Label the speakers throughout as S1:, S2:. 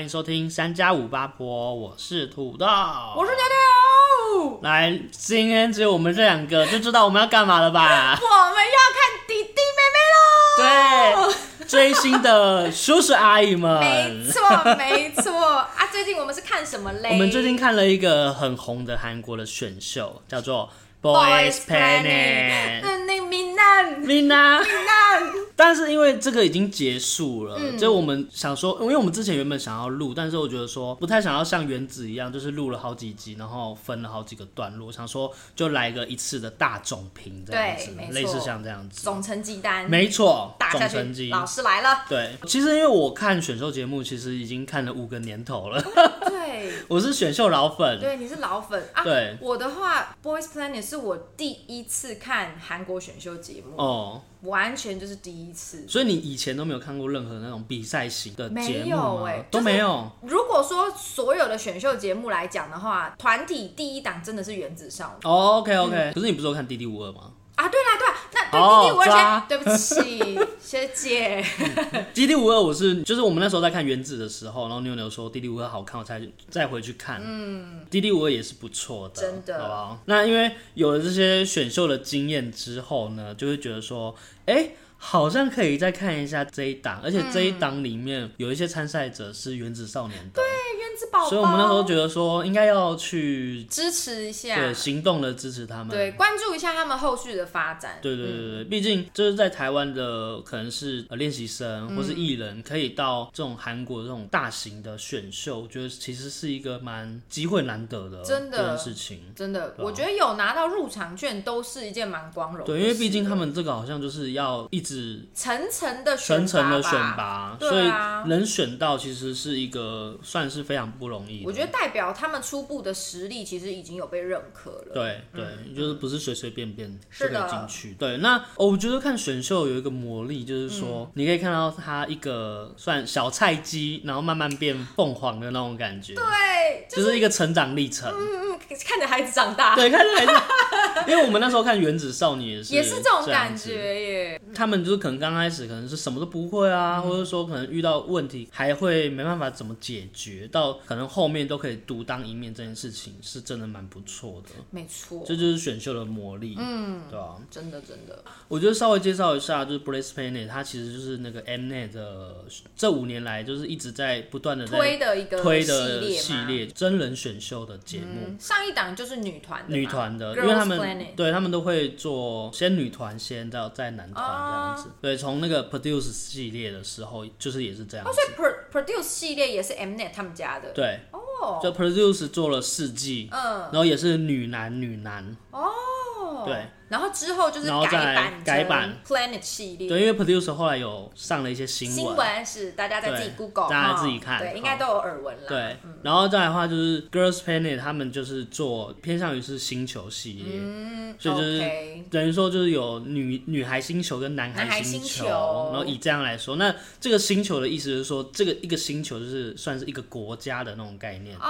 S1: 迎收听三加五八婆，我是土豆，
S2: 我是牛牛，
S1: 来，今天只有我们这两个，就知道我们要干嘛了 吧？
S2: 我们要看弟弟妹妹喽。
S1: 对，追星的叔叔阿姨 们，
S2: 没错没错啊！最近我们是看什么嘞？
S1: 我们最近看了一个很红的韩国的选秀，叫做
S2: Boys
S1: Boys Planet。
S2: 嗯，那明南明
S1: Mina，
S2: 南，
S1: 但是因为这个已经结束了，
S2: 嗯
S1: 就我们想说，因为我们之前原本想要录，但是我觉得说不太想要像原子一样，就是录了好几集，然后分了好几个段落，想说就来个一次的大总评这样子
S2: 对没，错
S1: 类似像这样子，
S2: 总成绩单
S1: 没错，
S2: 打
S1: 总
S2: 下
S1: 成绩
S2: 去，。老师来了。
S1: 对，其实因为我看选秀节目，其实已经看了五个年头了，
S2: 对
S1: 我是选秀老粉，
S2: 对，你是老粉啊。
S1: 对
S2: 我的话，Boys Planet 是我第一次看韩国选秀节目，
S1: 哦，
S2: 完全就是第一次。
S1: 所以你以前都没有看过任何那种比赛型的节
S2: 没
S1: 目
S2: 有
S1: 吗？
S2: 欸
S1: 都没有。
S2: 如果说所有的选秀节目来讲的话，团体第一档真的是原子少女
S1: 哦，OK，OK、o k
S2: 嗯
S1: OK，、可是你不是有看《弟弟五二》吗？
S2: 啊！对啦对啦，那对
S1: 哦
S2: 弟弟我
S1: 抓
S2: 先对不起学姐，
S1: 《弟弟五二》我是就是我们那时候在看《原子》的时候，然后妞妞说《弟弟五二》好看，我才再回去看。嗯，《弟弟五二》也是不错的，
S2: 真的
S1: 好不好？那因为有了这些选秀的经验之后呢，就会觉得说，哎、好像可以再看一下这一档，而且这一档里面有一些参赛者是原子少
S2: 嗯
S1: 年的，
S2: 原子宝 宝，
S1: 所以我们那时候觉得说应该要去
S2: 支持一下，
S1: 对行动的支持他们，
S2: 对，关注一下他们后续的发展。
S1: 对对对
S2: 嗯
S1: 对，毕竟就是在台湾的可能是呃练习生或是
S2: 嗯
S1: 艺人，可以到这种韩国这种大型的选秀，我觉得其实是一个蛮机会难得的
S2: 真的
S1: 这件事情。
S2: 真的，我觉得有拿到入场券都是一件蛮光荣的事。
S1: 啊对，因为毕竟他们这个好像就是要一直
S2: 层层的
S1: 层层的选
S2: 吧。
S1: 拔，所
S2: 对啊
S1: 以能选到其实是一个算是非常不容易的。
S2: 我觉得代表他们初步的实力其实已经有被认可了。
S1: 对对，就是不是随随便便就是可以
S2: 嗯的
S1: 进去。对，那、哦、我觉得看选秀有一个魔力，就是说、
S2: 嗯
S1: 你可以看到它一个算小菜鸡，然后慢慢变凤凰的那种感觉，
S2: 对，
S1: 就是、一个成长历程。
S2: 嗯嗯，看着孩子长大，
S1: 对，看起来是，因为我们那时候看《原子少女》也是
S2: 也是这种
S1: 样
S2: 感
S1: 子。
S2: 觉耶。
S1: 他们就是可能刚开始可能是什么都不会啊，
S2: 嗯
S1: 或者说可能遇到问题还会没办法怎么解决，到可能后面都可以独当一面，这件事情是真的蛮不错的。
S2: 没错，
S1: 这就是选秀的魔力，嗯，对啊。
S2: 真的真的，
S1: 我觉得稍微介绍一下，就是 Blaze Planet，它其实就是那个 Mnet 的这五年来就是一直在不断的在
S2: 推的一个
S1: 推
S2: 系
S1: 的
S2: 列嘛
S1: 系列真人选秀的节目。
S2: 嗯上一档就是女团的嘛
S1: 女团的，因
S2: Girls
S1: 为他们
S2: Planet
S1: 对他们都会做先女团，先到再男团这样
S2: 哦
S1: 子。对，从那个 Produce 系列的时候，就是也是这样子
S2: 哦，。所以 Pro Produce 系列也是 Mnet 他们家的
S1: 对，
S2: 哦，
S1: 就 Produce 做了四季，
S2: 嗯
S1: 然后也是女男女男。
S2: 哦
S1: 对，
S2: 然后之后就是
S1: 然后再
S2: 改版
S1: 改版
S2: 成 Planet 系列，
S1: 对，因为 Produce 后来有上了一些新
S2: 新闻是大家在自己
S1: 对
S2: Google，
S1: 大家
S2: 哈
S1: 自己看
S2: 对，应
S1: 哈
S2: 该都有耳闻啦。嗯
S1: 对，然后再来的话就是 Girls Planet，他们就是做偏向于是星球系列，
S2: 嗯，
S1: 所以就是
S2: OK
S1: 等于说就是有女女孩星球跟男
S2: 男
S1: 孩
S2: 孩
S1: 星
S2: 星球
S1: 然后以这样来说，那这个星球的意思就是说，这个一个星球就是算是一个国家的那种概念哦，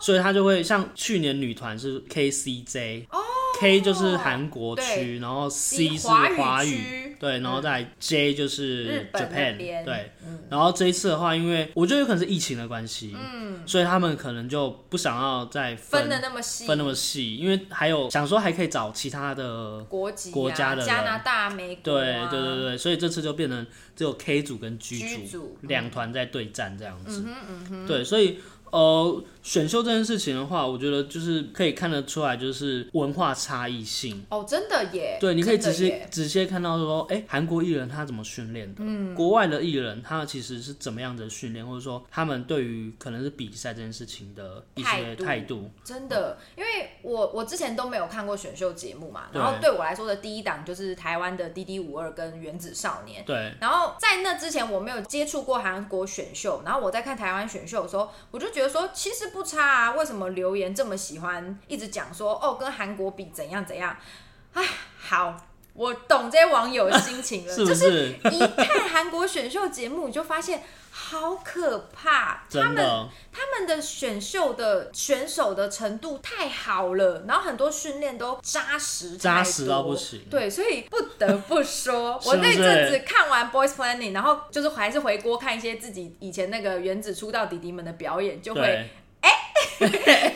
S1: 所以它就会像去年女团是 KCJ 哦，K 就是韩国区，
S2: 对
S1: 然后 C 是
S2: 华语
S1: 华
S2: 区嗯
S1: 语，对，然后再来 J 就是
S2: 日本那
S1: Japan，
S2: 边嗯
S1: 对，然后这一次的话，因为我觉得有可能是疫情的关系，嗯，所以他们可能就不想要再
S2: 分的那么细，
S1: 分那么细，因为还有想说还可以找其他的
S2: 国籍啊、
S1: 国家的人
S2: 加拿大、美国
S1: 对
S2: 啊，
S1: 对对对，所以这次就变成只有 K 组跟 G
S2: G
S1: 组
S2: 组嗯
S1: 两团在对战这样子。对，所以呃，选秀这件事情的话，我觉得就是可以看得出来，就是文化差异性。
S2: 哦，真的耶，
S1: 对，你可以
S2: 真的
S1: 直接
S2: 耶
S1: 直接看到说，哎、韩国艺人他怎么训练的？
S2: 嗯
S1: 国外的艺人他其实是怎么样的训练，或者说他们对于可能是比赛这件事情的一些
S2: 态度
S1: 态度。
S2: 真的，因为我我之前都没有看过选秀节目嘛，
S1: 对
S2: 然后对我来说的第一档就是台湾的《D D 五二》跟《原子少年》。
S1: 对，
S2: 然后在那之前，我没有接触过韩国选秀。然后我在看台湾选秀的时候，我就觉得说，其实不差啊。为什么留言这么喜欢一直讲说，哦，跟韩国比怎样怎样？哎，好，我懂这些网友的心情了，
S1: 是不？
S2: 就是一看韩国选秀节目，你就发现好可怕，他
S1: 真
S2: 们
S1: 的，
S2: 他们的选秀的选手的程度太好了，然后很多训练都扎实太多，
S1: 扎实到不行
S2: 对，所以不得不说，
S1: 是不
S2: 我
S1: 是
S2: 那阵子看完 Boys Planning，然后就是还是回锅看一些自己以前那个原子出道弟弟们的表演，就会
S1: 对，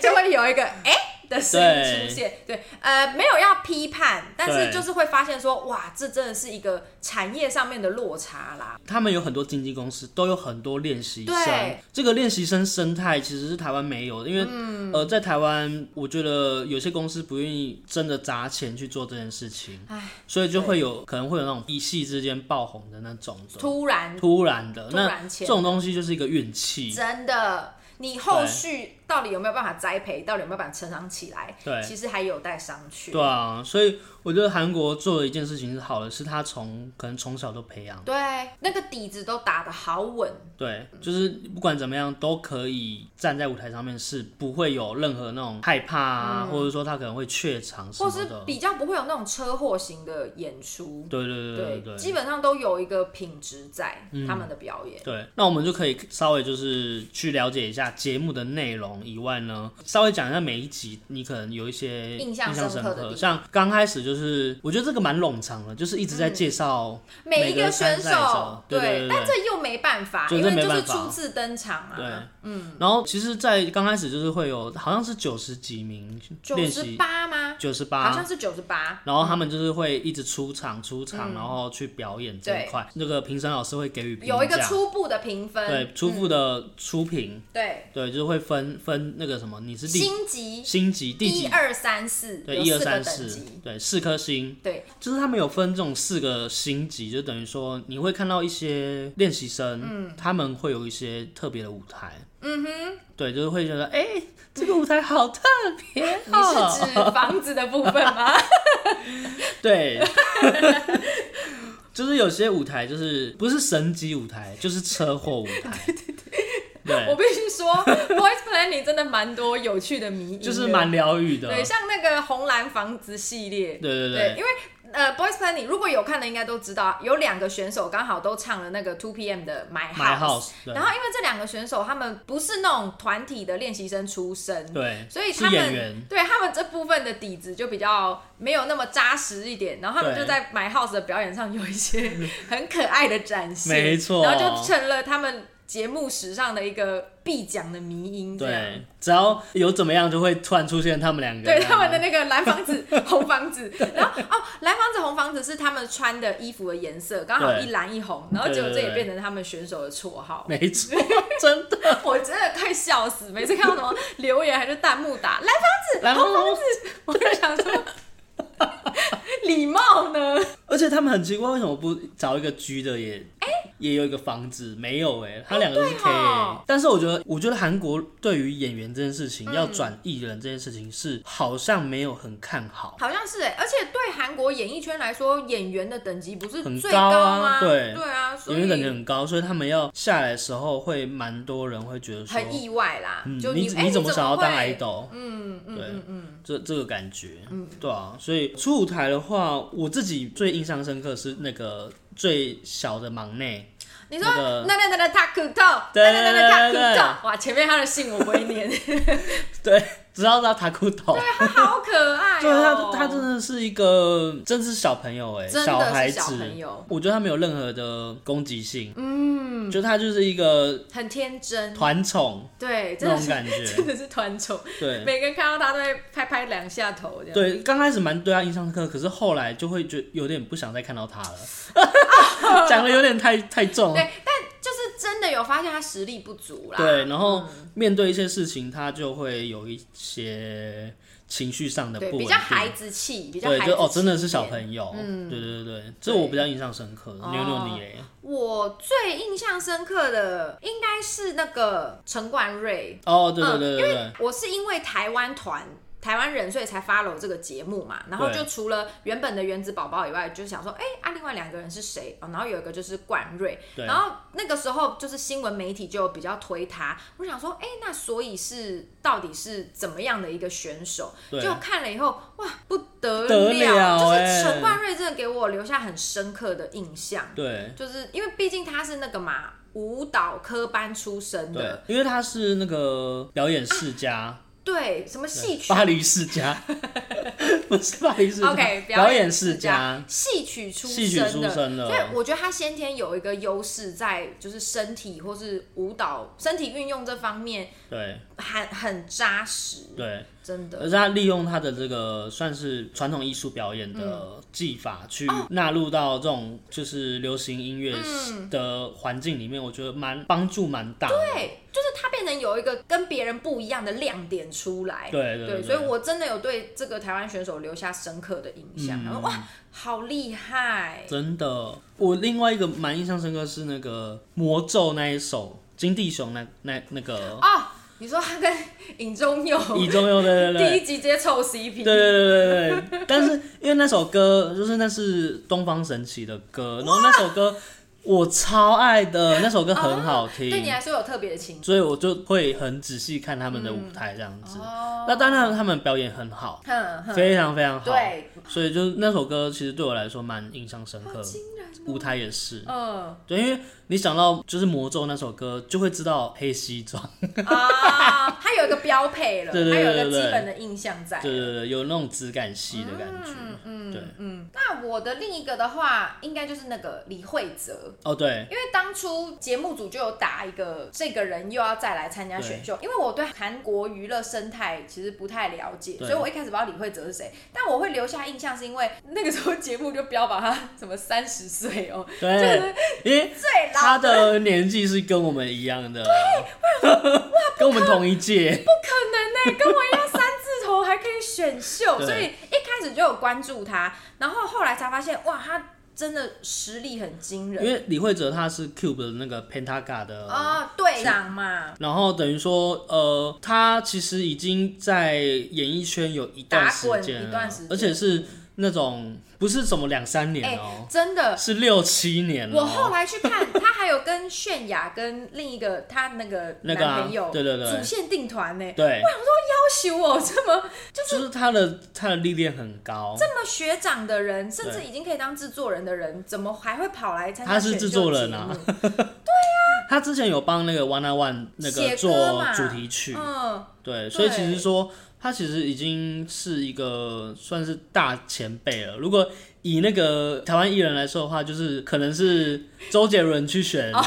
S2: 就会有一个哎、的声音出现。对，呃，没有要批判，但是
S1: 对
S2: 就是会发现说，哇，这真的是一个产业上面的落差啦。
S1: 他们有很多经纪公司，都有很多练习生
S2: 对。
S1: 这个练习生生态其实是台湾没有的，因为、
S2: 嗯
S1: 呃，在台湾，我觉得有些公司不愿意真的砸钱去做这件事情，
S2: 唉，
S1: 所以就会有可能会有那种一夕之间爆红的那种的，
S2: 突然
S1: 突然的。
S2: 突然
S1: 那这
S2: 前
S1: 种东西就是一个运气，
S2: 真的，你后续到底有没有办法栽培，到底有没有办法成长起来，
S1: 对
S2: 其实还有待商榷。
S1: 对啊。所以我觉得韩国做的一件事情是好的，是他从可能从小都培养，
S2: 对，那个底子都打得好稳，
S1: 对，就是不管怎么样都可以站在舞台上面，是不会有任何那种害怕啊，或者说他可能会怯场什
S2: 嗯或
S1: 么
S2: 是
S1: 的。
S2: 比较不会有那种车祸型的演出。
S1: 对对对对嗯
S2: 基
S1: 对。
S2: 本上都有一个品质在他们的表演。
S1: 对，那我们就可以稍微就是去了解一下节目的内容以外呢，稍微讲一下每一集你可能有一些
S2: 印象深刻的地方
S1: 像刚开始就是我觉得这个蛮冗长的，就是一直在
S2: 嗯
S1: 介绍
S2: 每一
S1: 每个
S2: 选
S1: 参赛者
S2: 手，
S1: 对对对对
S2: 但这又没办法，
S1: 对
S2: 因
S1: 这
S2: 为
S1: 没
S2: 就是
S1: 办法
S2: 初次登场
S1: 对
S2: 啊，，
S1: 嗯，然后其实，在刚开始就是会有好像是九十几名
S2: 九
S1: 练
S2: 十
S1: 习
S2: 八吗？
S1: 九十八，
S2: 好像是九十八，
S1: 然后他们就是会一直出场出场，
S2: 嗯
S1: 然后去表演这一块。那个评审老师会给予评价，
S2: 有一个初嗯步的评分，
S1: 对初步的初评，
S2: 对，
S1: 对，就是会分分那个什么，你是第
S2: 星级
S1: 星级第
S2: 一
S1: 几？
S2: 二三四，
S1: 对，
S2: 有
S1: 一二
S2: 四个
S1: 三
S2: 等
S1: 四
S2: 级，，
S1: 对，四颗星，
S2: 对，
S1: 就是他们有分这种四个星级，就等于说你会看到一些练习生，
S2: 嗯
S1: 他们会有一些特别的舞台，嗯哼，对，就是会觉得，哎、这个舞台好特别、哦，
S2: 你是指房子的部分 吗？
S1: 对， 就是有些舞台就是不是神级舞台，就是车祸舞台。对
S2: 我必须说，Boys Plan 里真的蛮多有趣的迷因的，
S1: 就是蛮疗愈的。
S2: 对，像那个红蓝房子系列，
S1: 对对
S2: 对，因为呃，Boys Planet 如果有看的应该都知道，有两个选手刚好都唱了那个 Two PM 的 My
S1: My House，对
S2: 然后因为这两个选手他们不是那种团体的练习生出身，
S1: 对
S2: 所以
S1: 是
S2: 他
S1: 演员
S2: 们对他们这部分的底子就比较没有那么扎实一点，然后他们
S1: 对
S2: 就在 My House 的表演上有一些很可爱的展现，
S1: 没错
S2: 然后就成了他们节目史上的一个必讲的迷音，这样。
S1: 对，只要有怎么样，就会突然出现他们两个人啊。
S2: 对他们的那个蓝房子、红 房子，然后哦，蓝房子、红房子是他们穿的衣服的颜色，刚好
S1: 对
S2: 一蓝一红，然后结果
S1: 对
S2: 这
S1: 对
S2: 也
S1: 对
S2: 变成他们选手的绰号。
S1: 啊 没错，真的。
S2: 我真的快笑死，每次看到什么留言还是弹幕打蓝
S1: 然
S2: 房子、
S1: 后
S2: 红房子，我就想说礼貌呢？
S1: 而且他们很奇怪，为什么不找一个 G 的也？也有一个房子没有哎、他两个都是 K，、
S2: 对哦
S1: 但是我觉得，我觉得韩国对于演员这件事
S2: 嗯
S1: 情，要转艺人这件事情是好像没有很看好，
S2: 好像是哎、而且对韩国演艺圈来说，演员的等级不是
S1: 很
S2: 最
S1: 高啊
S2: 吗？
S1: 对
S2: 对啊，所
S1: 因为
S2: 以
S1: 等级很高，所以他们要下来的时候，会蛮多人会觉得说，
S2: 很意外啦。
S1: 嗯
S2: 就
S1: 你
S2: 哎、
S1: 怎么想要当
S2: 会
S1: idol？嗯嗯，对，嗯，这这个感觉，嗯，对啊，所以初舞台的话，我自己最印象深刻是那个最小的忙内，
S2: 你说
S1: 那个
S2: 那那那那塔克特，
S1: 对
S2: 那那那那塔
S1: 对对
S2: 克特，哇！前面他的姓我不会念，
S1: 对，只要他塔库头，
S2: 他好可爱
S1: 对
S2: 哦
S1: 他，他真的是一个真是小朋友哎，
S2: 真的是
S1: 孩
S2: 小
S1: 子
S2: 朋友，
S1: 我觉得他没有任何的攻击性，嗯，就他就是一个
S2: 很天真，
S1: 团宠
S2: 对，真
S1: 那
S2: 的
S1: 种
S2: 是
S1: 感觉
S2: 真，的是团宠，
S1: 对。
S2: 每个人看到他都会拍拍两下头这样。
S1: 对，刚开始蛮对他印象深刻，可是后来就会觉得有点不想再看到他了， 讲的有点太太重了。
S2: 对就是真的有发现他实力不足啦，
S1: 对，然后面对一些事情，他就会有一些情绪上的
S2: 对，
S1: 不稳
S2: 比
S1: 定。
S2: 较孩子气，比较
S1: 对，
S2: 孩子
S1: 就哦，
S2: 气
S1: 真的是小
S2: 一点嗯
S1: 朋友，对对对对，这我比较印象深刻。牛牛
S2: 哦
S1: 你嘞，
S2: 我最印象深刻的应该是那个陈冠瑞，
S1: 哦，对对
S2: 嗯，
S1: 对对对，
S2: 我是因为台湾团。台湾人，所以才 follow 这个节目嘛。然后
S1: 对
S2: 就除了原本的原子宝宝以外，就想说，哎、啊，另外两个人是谁？哦，然后有一个就是冠瑞。
S1: 对
S2: 然后那个时候就是新闻媒体就比较推他。我想说，哎、那所以是到底是怎么样的一个选手？
S1: 对
S2: 就看了以后，哇，不得啊
S1: 得了
S2: 就是
S1: 哎
S2: 陈冠瑞真的给我留下很深刻的印象。
S1: 对
S2: 就是因为毕竟他是那个嘛舞蹈科班出身
S1: 对
S2: 的，，
S1: 因为他是那个表演世
S2: 啊
S1: 家，
S2: 对，什么戏曲
S1: 巴黎世家， 不是巴黎世家
S2: OK，
S1: 表
S2: 演
S1: 世
S2: 家，戏曲出
S1: 戏曲出身的
S2: 所以我觉得他先天有一个优势在，就是身体或是舞蹈、身体运用这方面
S1: 对
S2: 很很扎实，
S1: 对，
S2: 真
S1: 而
S2: 的。
S1: 是他利用他的这个算是传统艺术表演的
S2: 嗯
S1: 技
S2: 哦
S1: 法去纳入到这种就是流行音乐
S2: 嗯
S1: 的环境里面，我觉得蛮帮助蛮大的。
S2: 对，就是他变成有一个跟别人不一样的亮点出来。
S1: 对对对
S2: 所以我真的有对这个台湾选手留下深刻的印象。
S1: 嗯
S2: 然后哇，好厉害！
S1: 真的，我另外一个蛮印象深刻是那个魔咒那一首金地雄那那那个
S2: 哦，你说他跟尹中佑
S1: 倚中佑对对对
S2: 第一集直接凑 CP，
S1: 对对对对对，但是因为那首歌就是那是东方神起的歌，然后那首歌我超爱的，那首歌很好听，
S2: 哦对你来说有特别的情
S1: 所以我就会很仔细看他们的舞台这样
S2: 嗯
S1: 子。
S2: 哦
S1: 那当然他们表演很好，
S2: 哼哼，
S1: 非常非常好，
S2: 对，
S1: 所以就是那首歌其实对我来说蛮印象深刻，
S2: 竟然，
S1: 舞台也是。
S2: 嗯
S1: 对，因为你想到就是魔咒那首歌，就会知道黑西装，
S2: 啊，他有一个标配了，他
S1: 对对对
S2: 有一个
S1: 对
S2: 基
S1: 对
S2: 本的印象在了。
S1: 对对对，有那种质感系的感觉。对，
S2: 嗯，那我的另一个的话，应该就是那个李慧哲，
S1: 哦对，
S2: 因为当初节目组就有打一个这个人又要再来参加选秀，因为我对韩国娱乐生态其实不太了解，
S1: 对
S2: 所以我一开始不知道李慧哲是谁，但我会留下印象是因为那个时候节目就标榜他什么三十岁哦，
S1: 对，因为
S2: 最老
S1: 他的年纪是跟我们一样的，对，跟我们同一届，
S2: 不可能呢、跟我一样三字头还可以选秀，
S1: 对
S2: 所以一开始就有关注他，然后后来才发现，哇，他真的实力很惊
S1: 因
S2: 人
S1: 为李慧哲他是 Cube 的那个 Pentaga 的，
S2: 啊、队长嘛，
S1: 然后等于说，呃，他其实已经在演艺圈有一段时间
S2: 打滚一
S1: 了，
S2: 段时间
S1: 而且是那种不是什么两三
S2: 哎、
S1: 年哦、
S2: 真的。
S1: 是六七年了、
S2: 我后来 去看，他还有跟泫雅跟另一个他那个
S1: 那
S2: 男
S1: 个啊
S2: 朋友，
S1: 对对对
S2: 主线定团呢、
S1: 对，
S2: 要求我这么
S1: 就是他的他的历练很高，
S2: 这么学长的人，甚至
S1: 对
S2: 已经可以当制作人的人，怎么还会跑来参加
S1: 他是
S2: 选秀
S1: 制作人啊
S2: 节 目
S1: 他之前有帮那个 One on One 那
S2: 写
S1: 个
S2: 歌
S1: 做
S2: 嘛
S1: 主题曲，
S2: 嗯，
S1: 对，所以
S2: 对
S1: 其实说他其实已经是一个算是大前辈了。如果以那个台湾艺人来说的话，就是可能是周杰伦去选、
S2: 哦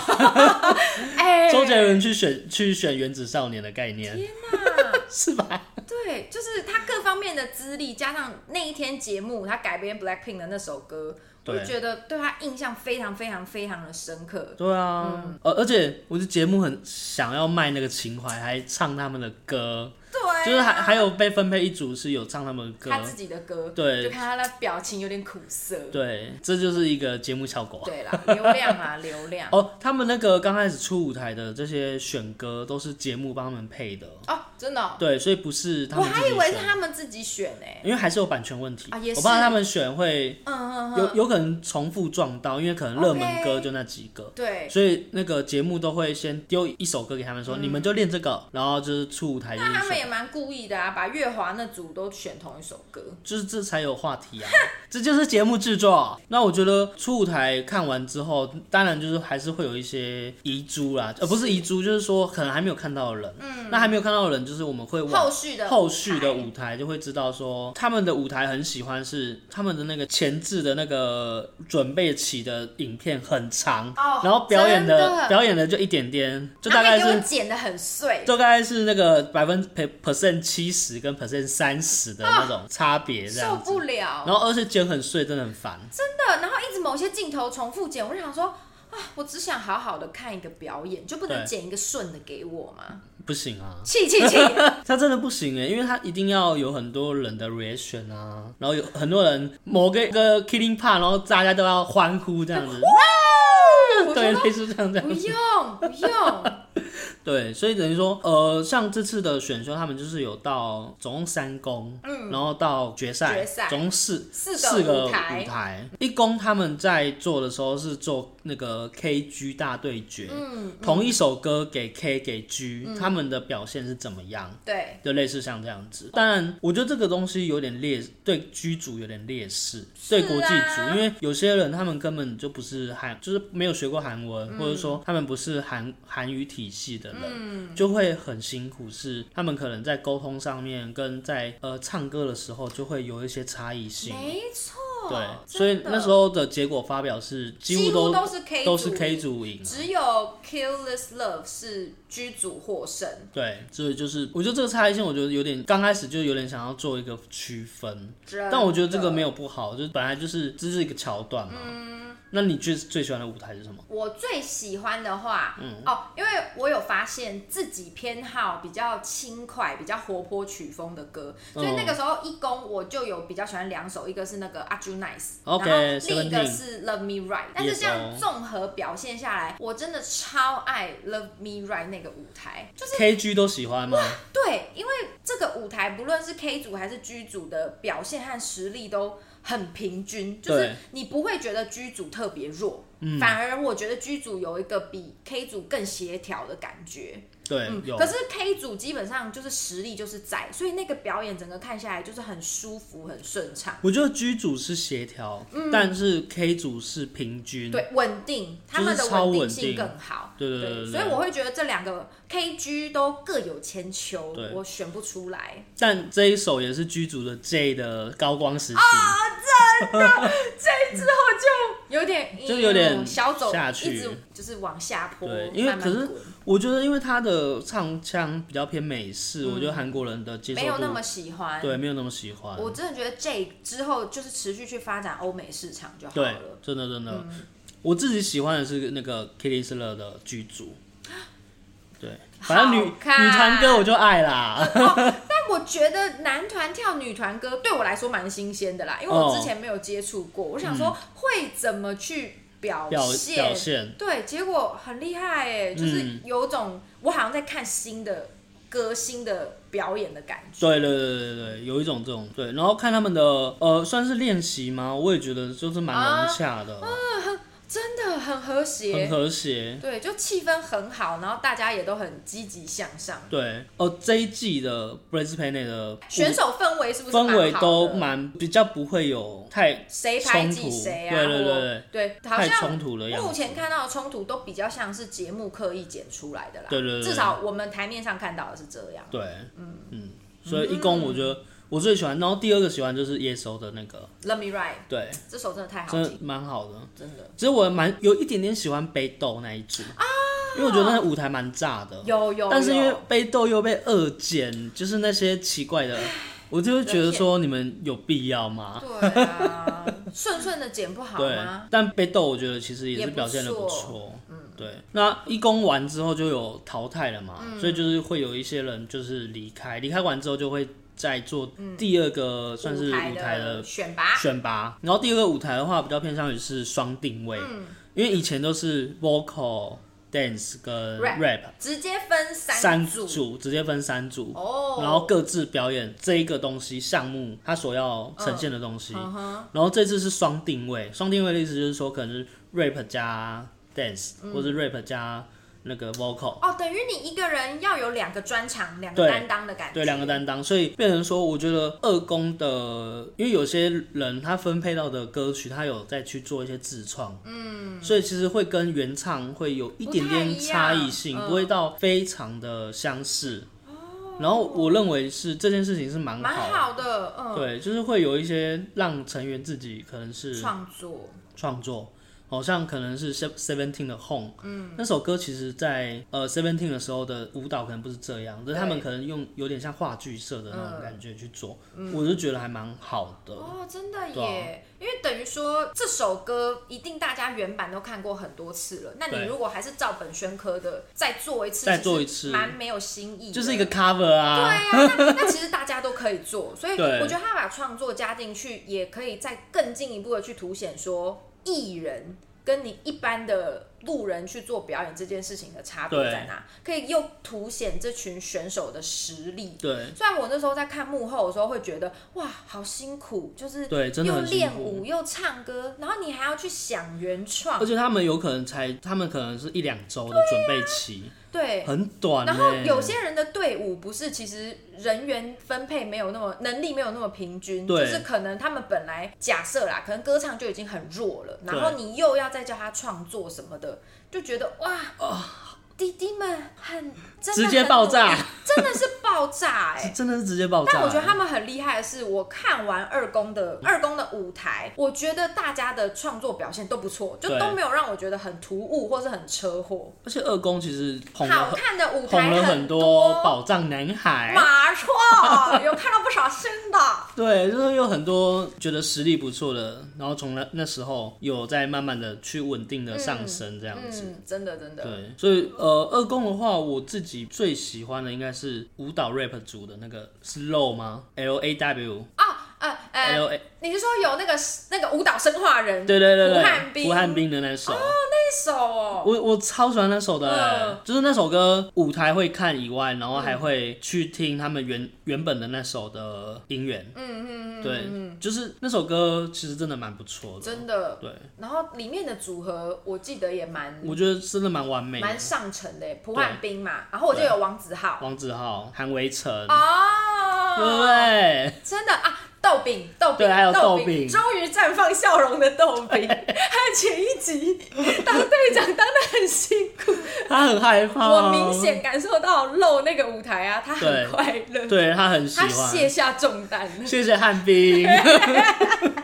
S2: 哎、
S1: 周杰伦去选去选原子少年的概念，
S2: 天哪！
S1: 是吧？
S2: 对，就是他各方面的资历，加上那一天节目他改编 BLACKPINK 的那首歌，我
S1: 对
S2: 就觉得对他印象非常非常非常的深刻。
S1: 对
S2: 嗯
S1: 啊，而、而且我的节目很想要卖那个情怀，还唱他们的歌，
S2: 对啊、
S1: 就是还还有被分配一组是有唱他们的歌
S2: 他，自己的歌，
S1: 对
S2: 就看他那表情有点苦涩。
S1: 对，这就是一个节目效果。啊
S2: 对啦，流 量啊，流量。
S1: 哦，他们那个刚开始出舞台的这些选歌都是节目帮他们配的，
S2: 哦，真的哦、
S1: 对，所以不是他
S2: 我
S1: 们自己
S2: 还以
S1: 选，
S2: 为是他们自己选呢、欸
S1: 因为还是有版权问题
S2: 啊也是
S1: 我怕他们选会
S2: 嗯嗯嗯，
S1: 有有可能重复撞到，因为可能热门歌
S2: OK
S1: 就那几个。
S2: 对。
S1: 所以那个节目都会先丢一首歌给他们说，你们就练这个，然后就是出舞台就
S2: 嗯那他
S1: 是
S2: 们
S1: 啊选，
S2: 也蛮故意的啊，把月华那组都选同一首歌。
S1: 就是这才有话题啊， 这就是节目制作。那我觉得出舞台看完之后，当然就是还是会有一些遗珠啦，呃，不是遗珠，就是说可能还没有看到的人，嗯，那还没有看到的人，就是我们会往
S2: 后续的
S1: 后续的
S2: 舞台
S1: 舞台就会知道说，他们的舞台很喜欢是他们的那个前置的那个准备起的影片很长，
S2: 哦
S1: 然后表演
S2: 真的
S1: 表演的就一点点，就大
S2: 他
S1: 概
S2: 们给
S1: 是
S2: 我剪的 很碎，
S1: 大概是那个百分 percent 七十跟 percent 三十的那种差别这
S2: 受
S1: 样子。
S2: 不了。
S1: 然后而且剪很碎，真的很烦。
S2: 真的，然后一直某些镜头重复剪，我就想说啊，我只想好好的看一个表演，就不能
S1: 对
S2: 剪一个顺的给我吗？
S1: 不行啊，
S2: 气气 气！
S1: 他真的不行哎，因为他一定要有很多人的 reaction 啊，然后有很多人某个一个 killing part，然后大家都要欢呼这样子，
S2: 我
S1: 对，
S2: 觉得
S1: 类似这样这样
S2: 不。用不用，
S1: 对，所以等于说，呃，像这次的选秀，他们就是有到总共三公，嗯，然后到决赛，
S2: 决赛
S1: 总共四
S2: 四个
S1: 四个
S2: 舞台
S1: 台。一公他们在做的时候是做那个 KG 大对决，
S2: 嗯，
S1: 同一首歌给 K 给 G，、他们的表现是怎么样？
S2: 对，
S1: 就类似像这样子，当然，我觉得这个东西有点劣，对居主有点劣势，对国际
S2: 啊
S1: 组，因为有些人他们根本就不是韩，就是没有学过韩文，或者说他们不是韩韩语体系的人，
S2: 嗯
S1: 就会很辛苦，是他们可能在沟通上面跟在呃唱歌的时候就会有一些差异性，
S2: 没错，
S1: 对，
S2: 真的
S1: 所以那时候的结果发表是几乎都
S2: 都是 K
S1: 都是
S2: 组
S1: K 组赢，
S2: 只有 Kill This Love 是居组获胜
S1: 对，所以就是我觉得这个差异性，我觉得有点刚开始就有点想要做一个区分，
S2: 真的，
S1: 但我觉得这个没有不好，就是本来就是这是一个桥段嘛。
S2: 嗯
S1: 那你最最喜欢的舞台是什么？
S2: 我最喜欢的话，
S1: 嗯
S2: 哦，因为我有发现自己偏好比较轻快、比较活泼曲风的歌，
S1: 嗯
S2: 所以那个时候一公我就有比较喜欢两首，一个是那个《阿 Ju Nice》，
S1: OK，
S2: 然后另一个
S1: 17
S2: 是《Love Me Right》。但是这样
S1: Yes，哦
S2: 综合表现下来，我真的超爱《Love Me Right》那个舞台，就是嗯
S1: KG 都喜欢吗？
S2: 对，因为这个舞台不论是 K 组还是 G 组的表现和实力都很平均，就是
S1: 对嗯
S2: 你不会觉得 G 组特别弱，反而我觉得 G 组有一个比 K 组更协调的感觉。
S1: 对，
S2: 嗯，
S1: 有
S2: 可。是 K 组基本上就是实力就是在，所以那个表演整个看下来就是很舒服、很顺畅，
S1: 我觉得 G 组是协调，但是 K 组是平均。
S2: 嗯对，稳定，他
S1: 就是
S2: 们的
S1: 超
S2: 稳定
S1: 稳
S2: 性
S1: 定
S2: 更好。
S1: 对对对对
S2: 所以我会觉得这两个 KG 都各有千秋
S1: 对，
S2: 我选不出来。
S1: 但这一首也是 G 组的 J 的高光时期，
S2: 啊有点
S1: 就有点
S2: 嗯小走
S1: 下去
S2: 一直就是往下坡，
S1: 对因为
S2: 慢慢
S1: 可是
S2: 滚
S1: 我觉得因为他的唱腔比较偏美式，我觉得韩国人的接受
S2: 嗯没有那
S1: 度
S2: 么喜欢。
S1: 对没有那么喜欢。
S2: 我真的觉得 J 之后就是持续去发展欧美市场就好
S1: 对
S2: 了。，嗯
S1: 真的真的，我自己喜欢的是那个 Kitty s l e r 的剧组。对，反正女
S2: 啊好看
S1: 女团歌我就爱啦。
S2: 但我觉得男团跳女团歌对我来说蛮新鲜的啦，因为
S1: 哦
S2: 我之前没有接触过，我想说会怎么去表
S1: 嗯表
S2: 现。
S1: 表现，
S2: 对，结果很厉害哎，就是
S1: 嗯
S2: 有种我好像在看新的歌、新的表演的感觉。
S1: 对对对对对，有一种这种对，然后看他们的呃，算是练习吗？我也觉得就是蛮融洽的，
S2: 啊哦真的很和谐，
S1: 很和谐。
S2: 对，就气氛很好，然后大家也都很积极向上，
S1: 对，哦，这一季的 b r a z e p a n e 的
S2: 选手氛围是不是
S1: 氛围
S2: 蛮好
S1: 都
S2: 的
S1: 蛮比较不会有太
S2: 谁排
S1: 冲
S2: 挤
S1: 突
S2: 谁啊？
S1: 对对对
S2: 或对，好
S1: 太
S2: 像
S1: 冲突的样
S2: 目
S1: 子。
S2: 前看到的冲突都比较像是节目刻意剪出来的啦，
S1: 对对对对
S2: 至少我们台面上看到的是这样。
S1: 对，嗯所以一公我觉
S2: 嗯
S1: 得我最喜欢，然后第二个喜欢就是耶手的那个，
S2: Let me right，
S1: 对，
S2: 这首真的太好
S1: 真的
S2: 听，
S1: 蛮好的。
S2: 真的
S1: 其实我蛮有一点点喜欢北斗那一组啊，因为我觉得那舞台蛮炸的，
S2: 有有，
S1: 但是因为
S2: 有
S1: 北斗又被二剪，就是那些奇怪的，我就会觉得说你们有必要吗？
S2: 对啊，顺顺的剪不好
S1: 对
S2: 吗？，
S1: 但北斗我觉得其实也
S2: 也
S1: 是
S2: 不
S1: 表现的不
S2: 错嗯
S1: 错。对，那一攻完之后就有淘汰了嘛，
S2: 嗯
S1: 所以就是会有一些人就是离开，离开完之后就会再做第二个算是舞台的
S2: 嗯的选拔，
S1: 选拔。然后第二个舞台的话，比较偏向于是双定位，
S2: 嗯
S1: 因为以前都是 vocal、dance 跟
S2: Rap
S1: rap
S2: 直接分
S1: 三
S2: 组
S1: 组，直接分三组。
S2: 哦，
S1: 然后各自表演这一个东西项目，它所要呈现的东西。
S2: 嗯
S1: 然后这次是双定位，双定位的意思就是说，可能是 rap 加 dance，、或
S2: 嗯
S1: 是 rap 加那个 vocal，
S2: 哦，等于你一个人要有两个专场、两个
S1: 对
S2: 担当的感觉，
S1: 对，两个担当。所以变成说，我觉得二公的，因为有些人他分配到的歌曲，他有再去做一些自创，嗯，所以其实会跟原唱会有一点点差异性，
S2: 不太一样嗯哦
S1: 不会到非常的相似。然后我认为是这件事情是蛮
S2: 蛮
S1: 好的
S2: 好的，嗯，
S1: 对，就是会有一些让成员自己可能是
S2: 创作
S1: 创作，好、像可能是 Seventeen 的 Home，嗯，那首歌其实在呃 Seventeen 的时候的舞蹈可能不是这样，但是他们
S2: 对嗯
S1: 可能用有点像话剧社的那种感觉去做，我就觉得还蛮好的。
S2: 哦，真的
S1: 对啊
S2: 耶，因为等于说这首歌一定大家原版都看过很多次了，那你
S1: 对
S2: 如果还是照本宣科的再做一次，
S1: 再
S2: 其实
S1: 做一次
S2: 蛮没有新意的，
S1: 就是一个 cover 啊，
S2: 嗯对 啊，那那其实大家都可以做，所以
S1: 对
S2: 我觉得他把创作加进去，也可以再更进一步的去凸显说艺人跟你一般的路人去做表演这件事情的差别在哪，可以又凸显这群选手的实力。
S1: 对
S2: 虽然我那时候在看幕后的时候会觉得哇，好辛苦，就是
S1: 对真的
S2: 又
S1: 很辛
S2: 练
S1: 苦
S2: 舞又唱歌，然后你还要去想原创
S1: 而，且他们有可能才，他们可能是一两周的准备期，
S2: 对。啊
S1: 很短、欸。
S2: 然后有些人的队伍不是，其实人员分配没有那么能力没有那么平均，就
S1: 对
S2: 是可能他们本来假设啦，可能歌唱就已经很弱了，然
S1: 对
S2: 后你又要再叫他创作什么的，就觉得哇，弟弟们很真的
S1: 哦直接
S2: 很
S1: 爆炸
S2: 努力，真的是爆炸哎、
S1: 是真的是直接 爆炸、
S2: 但我觉得他们很厉害的是，我看完二宫的二宫的舞台，我觉得大家的创作表现都不错，就
S1: 对
S2: 都没有让我觉得很突兀或是很车祸。
S1: 欸而且二宫其实红了
S2: 好
S1: 很
S2: 看的舞
S1: 红
S2: 台
S1: 了
S2: 很
S1: 多宝藏男孩，
S2: 马错，有看到不少新的。
S1: 对，就是有很多觉得实力不错的，然后从那那时候有在慢慢的去稳定的上升这样子。
S2: 嗯，真的真的，
S1: 对，所以呃，二宫的话，我自己最喜欢的应该是舞蹈 rap 组的那个是 Low 吗？L A W
S2: 啊呃呃，
S1: L A，
S2: 你是说有那个那个舞蹈生化人？
S1: 哎对对对
S2: 胡汉
S1: 对，
S2: 斌
S1: 胡汉斌的那首，
S2: 那首哦，
S1: 我我超喜欢那首的、欸
S2: 嗯
S1: 就是那首歌舞台会看以外，然后还会去听他们原原本的那首的音源。嗯嗯嗯，对，就是那首歌其实真的蛮不错的。
S2: 真的。
S1: 对，
S2: 然后里面的组合，我记得也蛮
S1: 我觉得真的蛮完美的。
S2: 蛮上乘的耶，蒲汉斌嘛，然后我就有王子浩。
S1: 王子浩、韩维辰，对不
S2: 哦，
S1: 对？
S2: 真的啊，豆饼，豆饼，
S1: 对还有豆
S2: 豆
S1: 饼
S2: 终于绽放笑容的豆 饼，还有前一集当队长当的很辛苦，
S1: 他很害怕、哦
S2: 我明。显感受到露那个舞台啊，他很
S1: 对
S2: 快乐，
S1: 对他很喜
S2: 他
S1: 欢，
S2: 卸下重担了。
S1: 谢谢汉斌，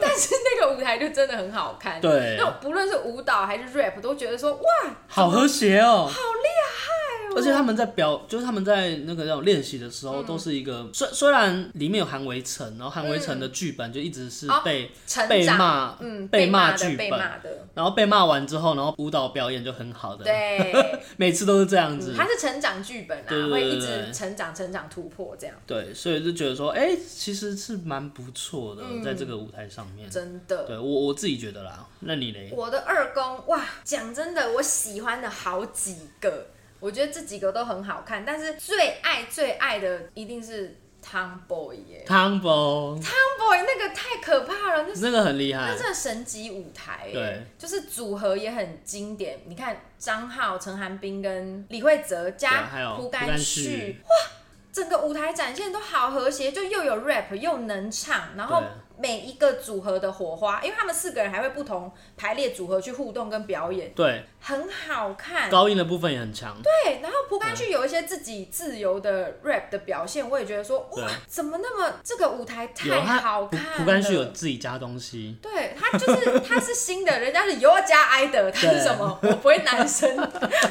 S2: 但是那个舞台就真的很好看，
S1: 对
S2: 那不论是舞蹈还是 rap，都觉得说哇，
S1: 好和谐哦，好厉害哦！而且他们在表，就是他们在那个叫练习的时
S2: 嗯
S1: 候，都是一个虽虽然里面有韩维辰，然后韩维辰的剧本就一直是
S2: 嗯哦
S1: 被
S2: 成
S1: 被
S2: 长，
S1: 骂
S2: 嗯，
S1: 被
S2: 骂
S1: 骂
S2: 的，
S1: 剧
S2: 被
S1: 本
S2: 骂的，
S1: 然后被骂完之后，然后舞蹈表演就很好的，
S2: 对，嗯
S1: 每次 都是这样子。
S2: 他是成长剧本
S1: 对对
S2: 啊，
S1: 对
S2: 会一
S1: 对
S2: 直
S1: 对
S2: 成长、成长、突破这样。
S1: 对，所以就觉得说，哎、其实是蛮不错的，
S2: 嗯
S1: 在这个舞台上面。
S2: 真的，
S1: 对我我自己觉得啦，那你嘞？
S2: 我的二宫哇，讲真的，我喜欢的好几个，我觉得这几个都很好看，但是最爱最爱的一定是 Tomboy 耶
S1: 汤博
S2: ，Tomboy 那个太可怕了，那是
S1: 那个很厉
S2: 那
S1: 害，
S2: 真的神级舞台耶，
S1: 嗯对，
S2: 就是组合也很经典。你看张浩、陈寒冰跟李慧哲
S1: 对啊
S2: 加
S1: 还有
S2: 蒲
S1: 蒲
S2: 甘
S1: 甘
S2: 旭
S1: 旭，
S2: 哇，整个舞台展现都好和谐，就又有 rap 又能唱，然后
S1: 对
S2: 每一个组合的火花，因为他们四个人还会不同排列组合去互动跟表演，
S1: 对，
S2: 很好看。
S1: 高音的部分也很强，
S2: 对，然后蒲甘旭有一些自己自由的 rap 的表现，我也觉得说哇
S1: 对，
S2: 怎么那么这个舞台太
S1: 有
S2: 好
S1: 他蒲
S2: 看了。
S1: 蒲甘旭有自己加东西，
S2: 对他就是他是新的，人家是有加 I 的，他是
S1: 对
S2: 什么？我不会男 生，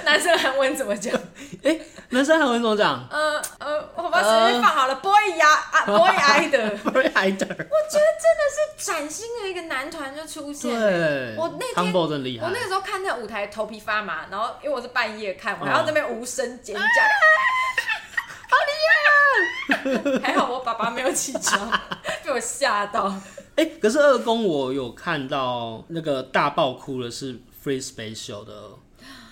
S2: 男生韩文怎么讲？
S1: 人生韩文总 长
S2: 呃呃，我把随便放好了，boy 呀 啊 boy I 的，我
S1: b r i d e r
S2: 觉得真的是崭新的一个男团就出现。
S1: 对，
S2: 我那天
S1: 汤博真厉害
S2: 我那，个时候看那舞台头皮发麻，然后因为我是半夜看，我还要这边无声尖叫， 好厉 害！还哦好我爸爸没有起 床，被我吓到。
S1: 哎、可是二宫我有看到那个大爆哭的是 Free Special 的，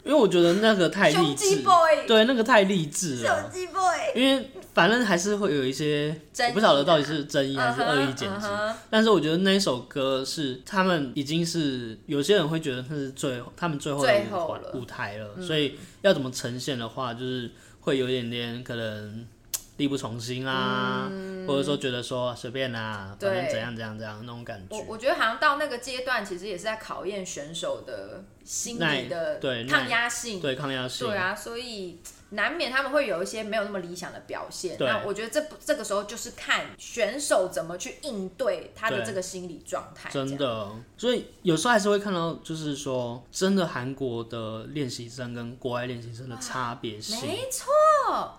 S1: 因为我觉得那个太励
S2: 胸肌
S1: 志，
S2: boy，
S1: 对，那个太励志
S2: 手
S1: 了。
S2: 机 boy，
S1: 因为反正还是会有一些，
S2: 争议啊
S1: 我不晓得到底是争议还是恶意剪
S2: 嗯
S1: 辑
S2: 哼嗯哼
S1: 但是我觉得那首歌是他们已经是有些人会觉得那是最他们最后的
S2: 最
S1: 舞
S2: 后
S1: 环
S2: 了
S1: 舞台了，所以要怎么呈现的话，就是会有一点点可能嘖力不从心啊，或者说觉得说啊随便啦、反正
S2: 嗯对
S1: 怎样怎样怎样那种感
S2: 我
S1: 觉。
S2: 我觉得好像到那个阶段，其实也是在考验选手的心理的
S1: 耐对耐
S2: 抗压性。
S1: 对抗压性
S2: 嗯对，啊，所以难免他们会有一些没有那么理想的表现。
S1: 对
S2: 那我觉得这这个时候就是看选手怎么去应对他的
S1: 对
S2: 这个心理状态。这
S1: 真
S2: 样，
S1: 的，所以有时候还是会看到，就是说，真的韩国的练习生跟国外练习生的差别性，
S2: 没错。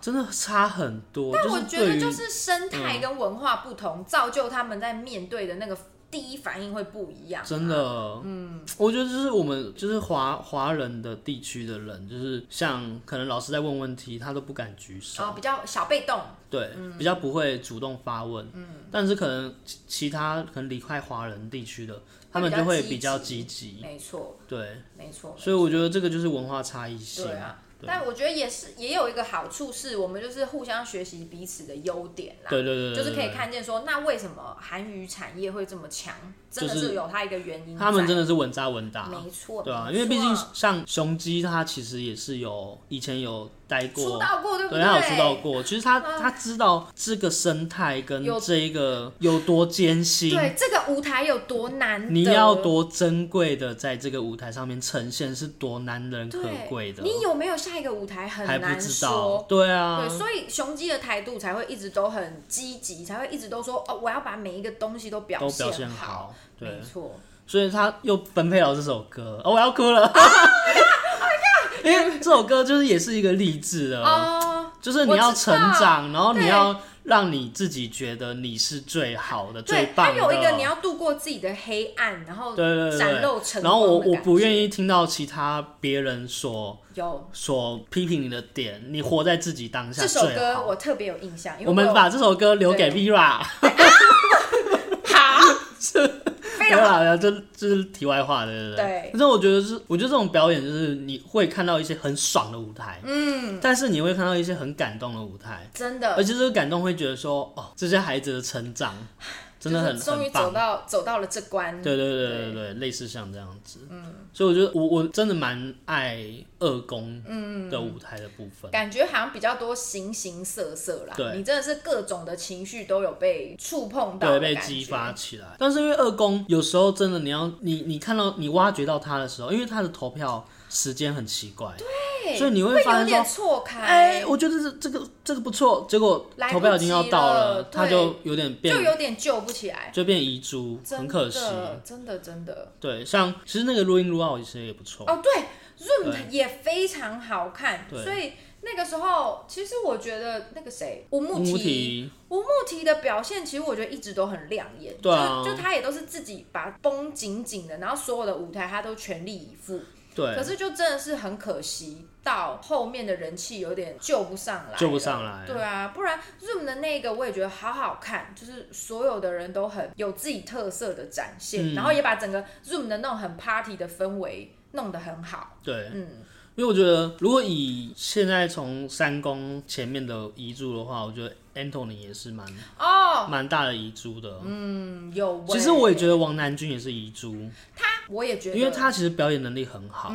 S1: 真的差很多。
S2: 但
S1: 就
S2: 我
S1: 是
S2: 觉得
S1: 对于嗯
S2: 就是生态跟文化不同，造就他们在面对的那个第一反应会不一样、
S1: 真，的，嗯，我觉得就是我们就是华华人的地区的人，就是像可能老师在问问题，他都不敢举手，
S2: 哦，比较小被动，
S1: 对，
S2: 嗯
S1: 比较不会主动发问。但是可能其其他可能离开华人地区的，他们就会比较积极。
S2: 没错，
S1: 对，
S2: 没错，
S1: 所以我觉得这个就是文化差异性。
S2: 对啊。
S1: 对
S2: 但我觉得也是，也有一个好处是，我们就是互相学习彼此的优点啦。
S1: 对对对对
S2: 啊就是可以
S1: 对
S2: 看见说，那为什么韩语产业会这么强，真的
S1: 就是
S2: 是有它一个原因在。
S1: 他们真的是稳扎稳打，
S2: 没错，
S1: 对啊，
S2: 没
S1: 因为毕竟
S2: 错
S1: 像雄鸡，它其实也是有以前有待
S2: 出
S1: 过，
S2: 道过，对不
S1: 对，
S2: 对？嗯
S1: 它有出道过。其实它它知道这个生态跟
S2: 有
S1: 这一个有多艰辛，
S2: 对，这个舞台有多难得，
S1: 你要多珍贵的在这个舞台上面呈现，是多难能可
S2: 对
S1: 贵的，
S2: 你有没有下一个舞台很
S1: 还不
S2: 难
S1: 知道
S2: 说。。
S1: 对啊
S2: 对，，所以雄鸡的态度才会一直都很积极，才会一直都说哦，我要把每一个东西都表
S1: 都
S2: 现
S1: 表现
S2: 好。
S1: 好，对
S2: 没，错，
S1: 所以他又分配了这首歌，哦，我要哭
S2: Oh
S1: 了。因为这首歌就是也是一个励志的，
S2: 哦，
S1: 就是你要成长，然后你
S2: 对
S1: 要让你自己觉得你是最好的、最
S2: 对，它
S1: 棒的。
S2: 有一个你要度过自己的黑暗，然后
S1: 对对对
S2: 展露
S1: 对，
S2: 成
S1: 然后我
S2: 功的
S1: 我
S2: 感
S1: 不
S2: 觉
S1: 愿意听到其他别人所
S2: 有
S1: 所批评你的点，你活在自己当下
S2: 这首
S1: 最
S2: 歌，
S1: 好。
S2: 我特别有印象，因为
S1: 我们
S2: 有
S1: 把这首歌留给
S2: 对
S1: Vira，
S2: 好，非
S1: 没有
S2: 常好
S1: 啦，没有这这是题外话，对对
S2: 对
S1: 但是我觉得是，我觉得这种表演就是你会看到一些很爽的舞台，嗯，但是你会看到一些很感动的舞台，
S2: 真
S1: 而
S2: 的，
S1: 且这个感动会觉得说，哦，这些孩子的成长真的
S2: 就是
S1: 很
S2: 终于
S1: 很
S2: 走
S1: 棒。
S2: 到走到了这关，
S1: 对对对对对，类似像这样子，嗯，所以我觉得我我真的蛮爱二宫
S2: 嗯
S1: 的舞台的部分，
S2: 感觉好像比较多形形色色啦。
S1: 对
S2: 你真的是各种的情绪都有被触碰
S1: 对，
S2: 到，
S1: 被激发。起来。但是因为二宫有时候真的你要你你看到你挖掘到他的时候，因为他的投票时间很奇怪，对所以你
S2: 会
S1: 发
S2: 有
S1: 现
S2: 点
S1: 说，
S2: 错开，
S1: 哎、我觉得这这个这个不错，结果
S2: 来不及
S1: 投票已经要到
S2: 了
S1: 他
S2: 对
S1: 就有点变
S2: 就有点救不起来，
S1: 就变遗珠，
S2: 真的
S1: 很可惜。
S2: 真的真的。
S1: 对，像其实那个录音录奥其实也不错，
S2: 哦，对，Zoom 也非常好看，
S1: 对
S2: 所以那个时候其实我觉得那个谁，吴木
S1: 乌
S2: 提。
S1: 提
S2: 吴莫提的表现，其实我觉得一直都很亮眼，
S1: 对啊
S2: 就就他也都是自己把绷紧紧的，然后所有的舞台他都全力以赴，可
S1: 对
S2: 是就真的是很可惜，到后面的人气有点救不上来了，
S1: 救不上来，
S2: 对啊，不然 Zoom 的那个我也觉得好好看，就是所有的人都很有自己特色的展现，
S1: 嗯
S2: 然后也把整个 Zoom 的那种很 party 的氛围弄得很好。
S1: 对，
S2: 嗯，
S1: 因为我觉得，如果以现在从三公前面的遗珠的话，我觉得 Anthony 也是蛮
S2: 哦，
S1: 蛮大的遗珠的。
S2: 嗯，有。
S1: 其实我也觉得王南君也是遗珠，
S2: 他，我也觉得，嗯
S1: 因为他其实表演能力很好。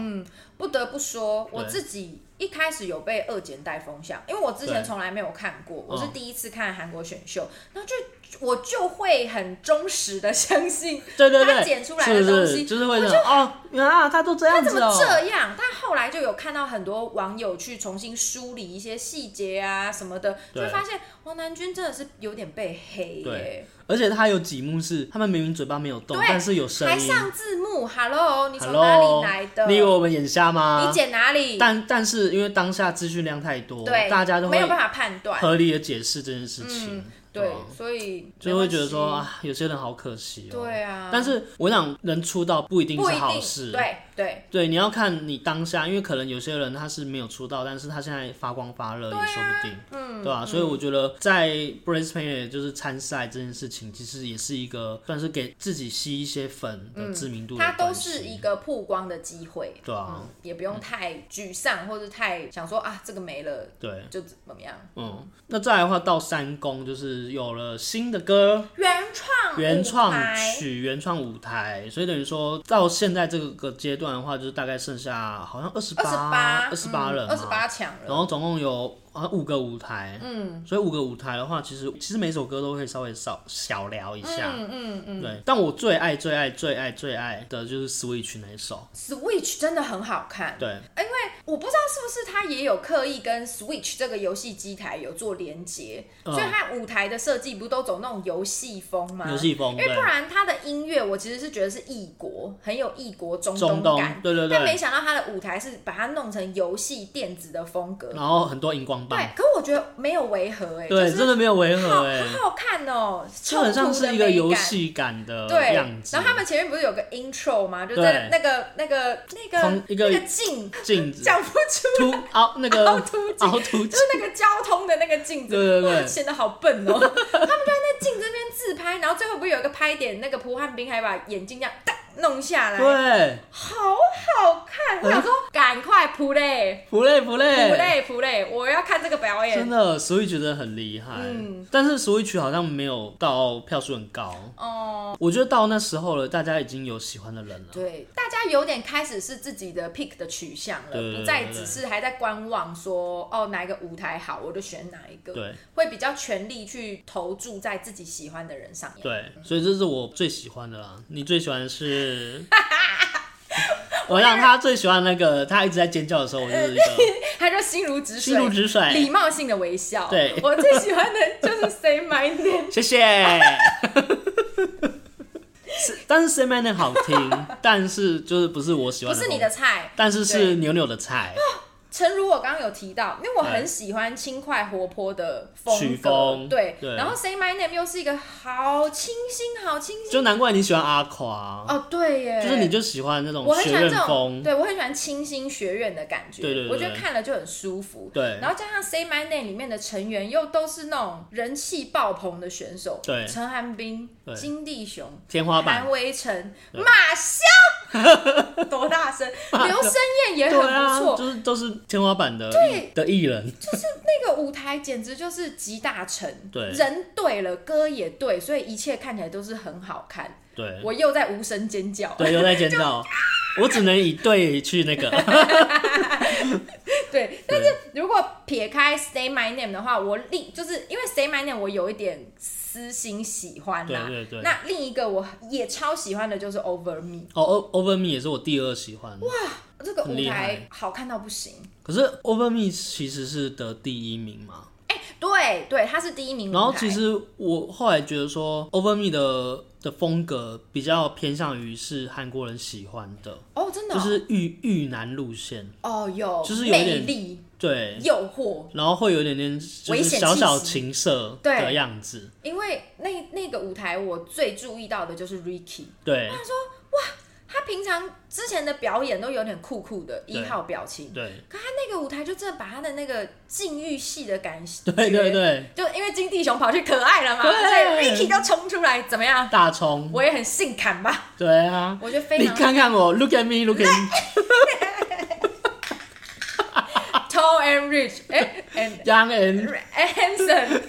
S2: 不得不说，我
S1: 对
S2: 自己一开始有被二剪带风向，因为我之前
S1: 对
S2: 从来没有看过，我是
S1: 嗯
S2: 第一次看韩国选秀，然后就我就会很忠实的相信
S1: 对对
S2: 他
S1: 对，
S2: 剪出来
S1: 是
S2: 的
S1: 不
S2: 东
S1: 是
S2: 西
S1: 就是会这样哦，原来啊，他都这样
S2: 他怎
S1: 子
S2: 么
S1: 哦。
S2: 这样？但后来就有看到很多网友去重新梳理一些细节啊什么的，就
S1: 对
S2: 会发现王南君真的是有点被黑耶、
S1: 而且他有几幕是他们明明嘴巴没有动，
S2: 对
S1: 但是有声
S2: 还
S1: 音。
S2: 上字幕，Hello，你从哪
S1: Hello，
S2: 里来的？
S1: 你以为我们眼瞎吗
S2: 你？剪哪里？
S1: 但但是因为当下资讯量太多，
S2: 对，
S1: 大家都
S2: 没
S1: 会嗯
S2: 有办法判断，
S1: 合理的解释这件事情。啊
S2: 对
S1: 吧，
S2: 所以
S1: 嗯就会觉得
S2: 没
S1: 说
S2: 关
S1: 啊，有些人好可惜
S2: 系，
S1: 哦、
S2: 对啊，
S1: 但是我想人出道不一定
S2: 不
S1: 是
S2: 一
S1: 好
S2: 定
S1: 事，
S2: 对对
S1: 对你要看你当下，因为可能有些人他是没有出道，但是他现在发光发热也
S2: 啊
S1: 说不定，嗯，对吧、所以我觉得在 Brisbane 就是参赛这件事情，其实也是一个算是给自己吸一些粉的知名度的
S2: 嗯它
S1: 关系、
S2: 都是一个曝光的机会，
S1: 对啊，
S2: 嗯，也不用太沮丧或者太想说啊这个没了
S1: 对，
S2: 就怎么样，
S1: 嗯，那再来的话到三公就是有了新的歌，
S2: 原创
S1: 原创
S2: 舞台
S1: 曲、原创舞台，所以等于说到现在这个阶段的话，就是大概剩下好像二十
S2: 二十八嗯
S1: 八、二十八人嘛
S2: 二十，八强
S1: 然
S2: 了，
S1: 后总共有啊五个舞台，嗯，所以五个舞台的话，其实其实每首歌都可以稍微少小聊一下，
S2: 嗯嗯嗯
S1: 对。但我最爱、最爱、最爱、最爱的就是 Switch 那一首，
S2: ，Switch 真的很好看，
S1: 对，
S2: 因为我不知道是不是他也有刻意跟 Switch 这个游戏机台有做连接，
S1: 嗯
S2: 所以他舞台的设计不都走那种游戏风吗？
S1: 游戏风
S2: 因为
S1: 对
S2: 不然他的音乐我其实是觉得是异国，很有异国中
S1: 中
S2: 东
S1: 东
S2: 感，，
S1: 对对
S2: 但没
S1: 对，
S2: 想到他的舞台是把它弄成游戏电子的风格。
S1: 然后很多荧光嗯
S2: 对
S1: 棒，，
S2: 可我觉得没有违和哎、
S1: 对，
S2: 就是
S1: 真的没有违
S2: 好
S1: 和哎，
S2: 好好看哦，
S1: 基本上是一个游戏感
S2: 冲
S1: 的
S2: 突的美感。
S1: 样
S2: 对，
S1: 子
S2: 然后。他们前面不是有个 intro 吗？就
S1: 对
S2: 在那个那个那个
S1: 空一个
S2: 那个镜，
S1: 镜子
S2: 讲不出，
S1: 凸凹那个
S2: 凹凸镜
S1: 凹凸
S2: 就是那个交通的那个镜子，
S1: 对对对
S2: 哇显得好笨哦。他 们就在那镜这边自拍，然后最后不是有一个拍点，那个蒲汉兵还把眼镜这样哒弄下来，
S1: 对，哎
S2: 好好看。我想说，赶快 play
S1: 不累不累
S2: play play，我要看这个表演
S1: 哎真。的，所以觉得很厉害。
S2: 嗯
S1: 但是所以曲好像没有到票数很高。
S2: 哦，
S1: 我觉得到那时候了，大家已经有喜欢的人了。
S2: 对，大家有点开始是自己的 pick 的取向
S1: 对
S2: 了，不再只是还在观望说哦哪一个舞台好我就选哪一个，
S1: 对
S2: 会比较全力去投注在自己喜欢的人上面。
S1: 对，所以这是我最喜欢的啦。你最喜欢的 是？我让他最喜欢那个，他一直在尖叫的时候，我 就是一个
S2: 他就心如止水，
S1: 心如止水。
S2: 礼貌性的微笑。
S1: 对
S2: 我最喜欢的就是 say my name。
S1: 谢谢。是，但是 C Man 好听，但是就是不是我喜
S2: 不
S1: 欢的，
S2: 是你的，菜，
S1: 但是
S2: 对
S1: 是牛牛的菜。
S2: 诚如我刚刚有提到，因为我很
S1: 对
S2: 喜欢轻快活泼的风格，
S1: 曲风
S2: 对。
S1: 对
S2: 然后 Say My Name 又是一个好清新、好清新
S1: 就难怪你喜欢阿垮，
S2: 哦，对耶，
S1: 就是你就喜欢那种
S2: 我很
S1: 学
S2: 喜欢
S1: 院
S2: 这种，
S1: 风，
S2: 对我很喜欢清新学院的感觉，
S1: 对对对
S2: 我觉得看了就很舒服。
S1: 对
S2: 然后加上 Say My Name 里面的成员又都是那种人气爆棚的选手，
S1: 对
S2: 陈汉斌、
S1: 对
S2: 金地雄、
S1: 天花板
S2: 韩。维晨、马骁， 多大声！刘声燕也很
S1: 对
S2: 不
S1: 啊，
S2: 错，
S1: 就是都是天花板的
S2: 对
S1: 的艺人，
S2: 那个舞台简直就是集大成，
S1: 对
S2: 人对了，歌也对，所以一切看起来都是很好看。
S1: 对
S2: 我又在无声尖叫，
S1: 对，又在尖叫，我只能以对去 那个，
S2: 对，但是如果撇开 Say My Name 的话，我另就是因为 Say My Name 我有一点私心喜欢啦。
S1: 对对对
S2: 那另一个我也超喜欢的就是 Over Me，
S1: 哦，O- Over Me 也是我第二喜欢的，
S2: 这个
S1: 很
S2: 舞
S1: 厉害
S2: 台好看到不行。
S1: 可是 Over Me 其实是得第一名嘛，
S2: 哎、对对，他是第一名舞台。
S1: 然后其实我后来觉得说 Over Me 的的风格比较偏向于是韩国人喜欢的，
S2: 哦，真的哦、
S1: 就是遇遇难路线，
S2: 哦有，
S1: 就是有
S2: 魅
S1: 点
S2: 力、
S1: 对，
S2: 诱惑，
S1: 然后会有一点点就
S2: 危
S1: 是
S2: 险
S1: 小
S2: 气
S1: 小
S2: 息
S1: 情色
S2: 对
S1: 的样子，
S2: 因为那那个舞台我最注意到的就是 Ricky。
S1: 对
S2: 他平常之前的表演都有点酷酷的一
S1: 对
S2: 号表情，
S1: 对
S2: 可他那个舞台就真的把他的那个禁欲系的感 觉，
S1: 对对对，
S2: 就因为金地雄跑去可爱了嘛，所以
S1: 对
S2: Ricky 就冲出来，怎么样？
S1: 大葱，
S2: 我也很性感吧，
S1: 对啊，
S2: 我觉得非
S1: 你
S2: 常
S1: 看看我，look at me，look at me，
S2: tall and rich，哎、and
S1: young and
S2: and handsome。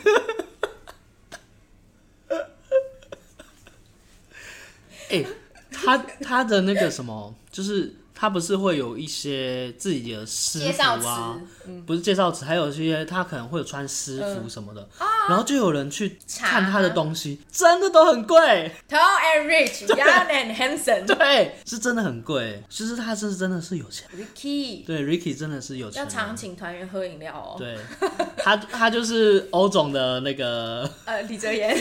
S1: 哎、他他的那个什么，就是他不是会有一些自己的师
S2: 介绍
S1: 傅
S2: 词嗯
S1: 啊，不是介绍词，还有一些他可能会有穿师傅什么的，然后就有人去
S2: 啊查啊
S1: 看他的东西，真的都很贵，
S2: tall and rich，young and handsome。
S1: 对，是真的很贵，就是他是真的是有钱，
S2: Ricky
S1: 对，Ricky 真的是有钱
S2: 要
S1: 人，
S2: 常请团员喝饮料哦。
S1: 对他他就是欧总的那个
S2: 呃，李哲言，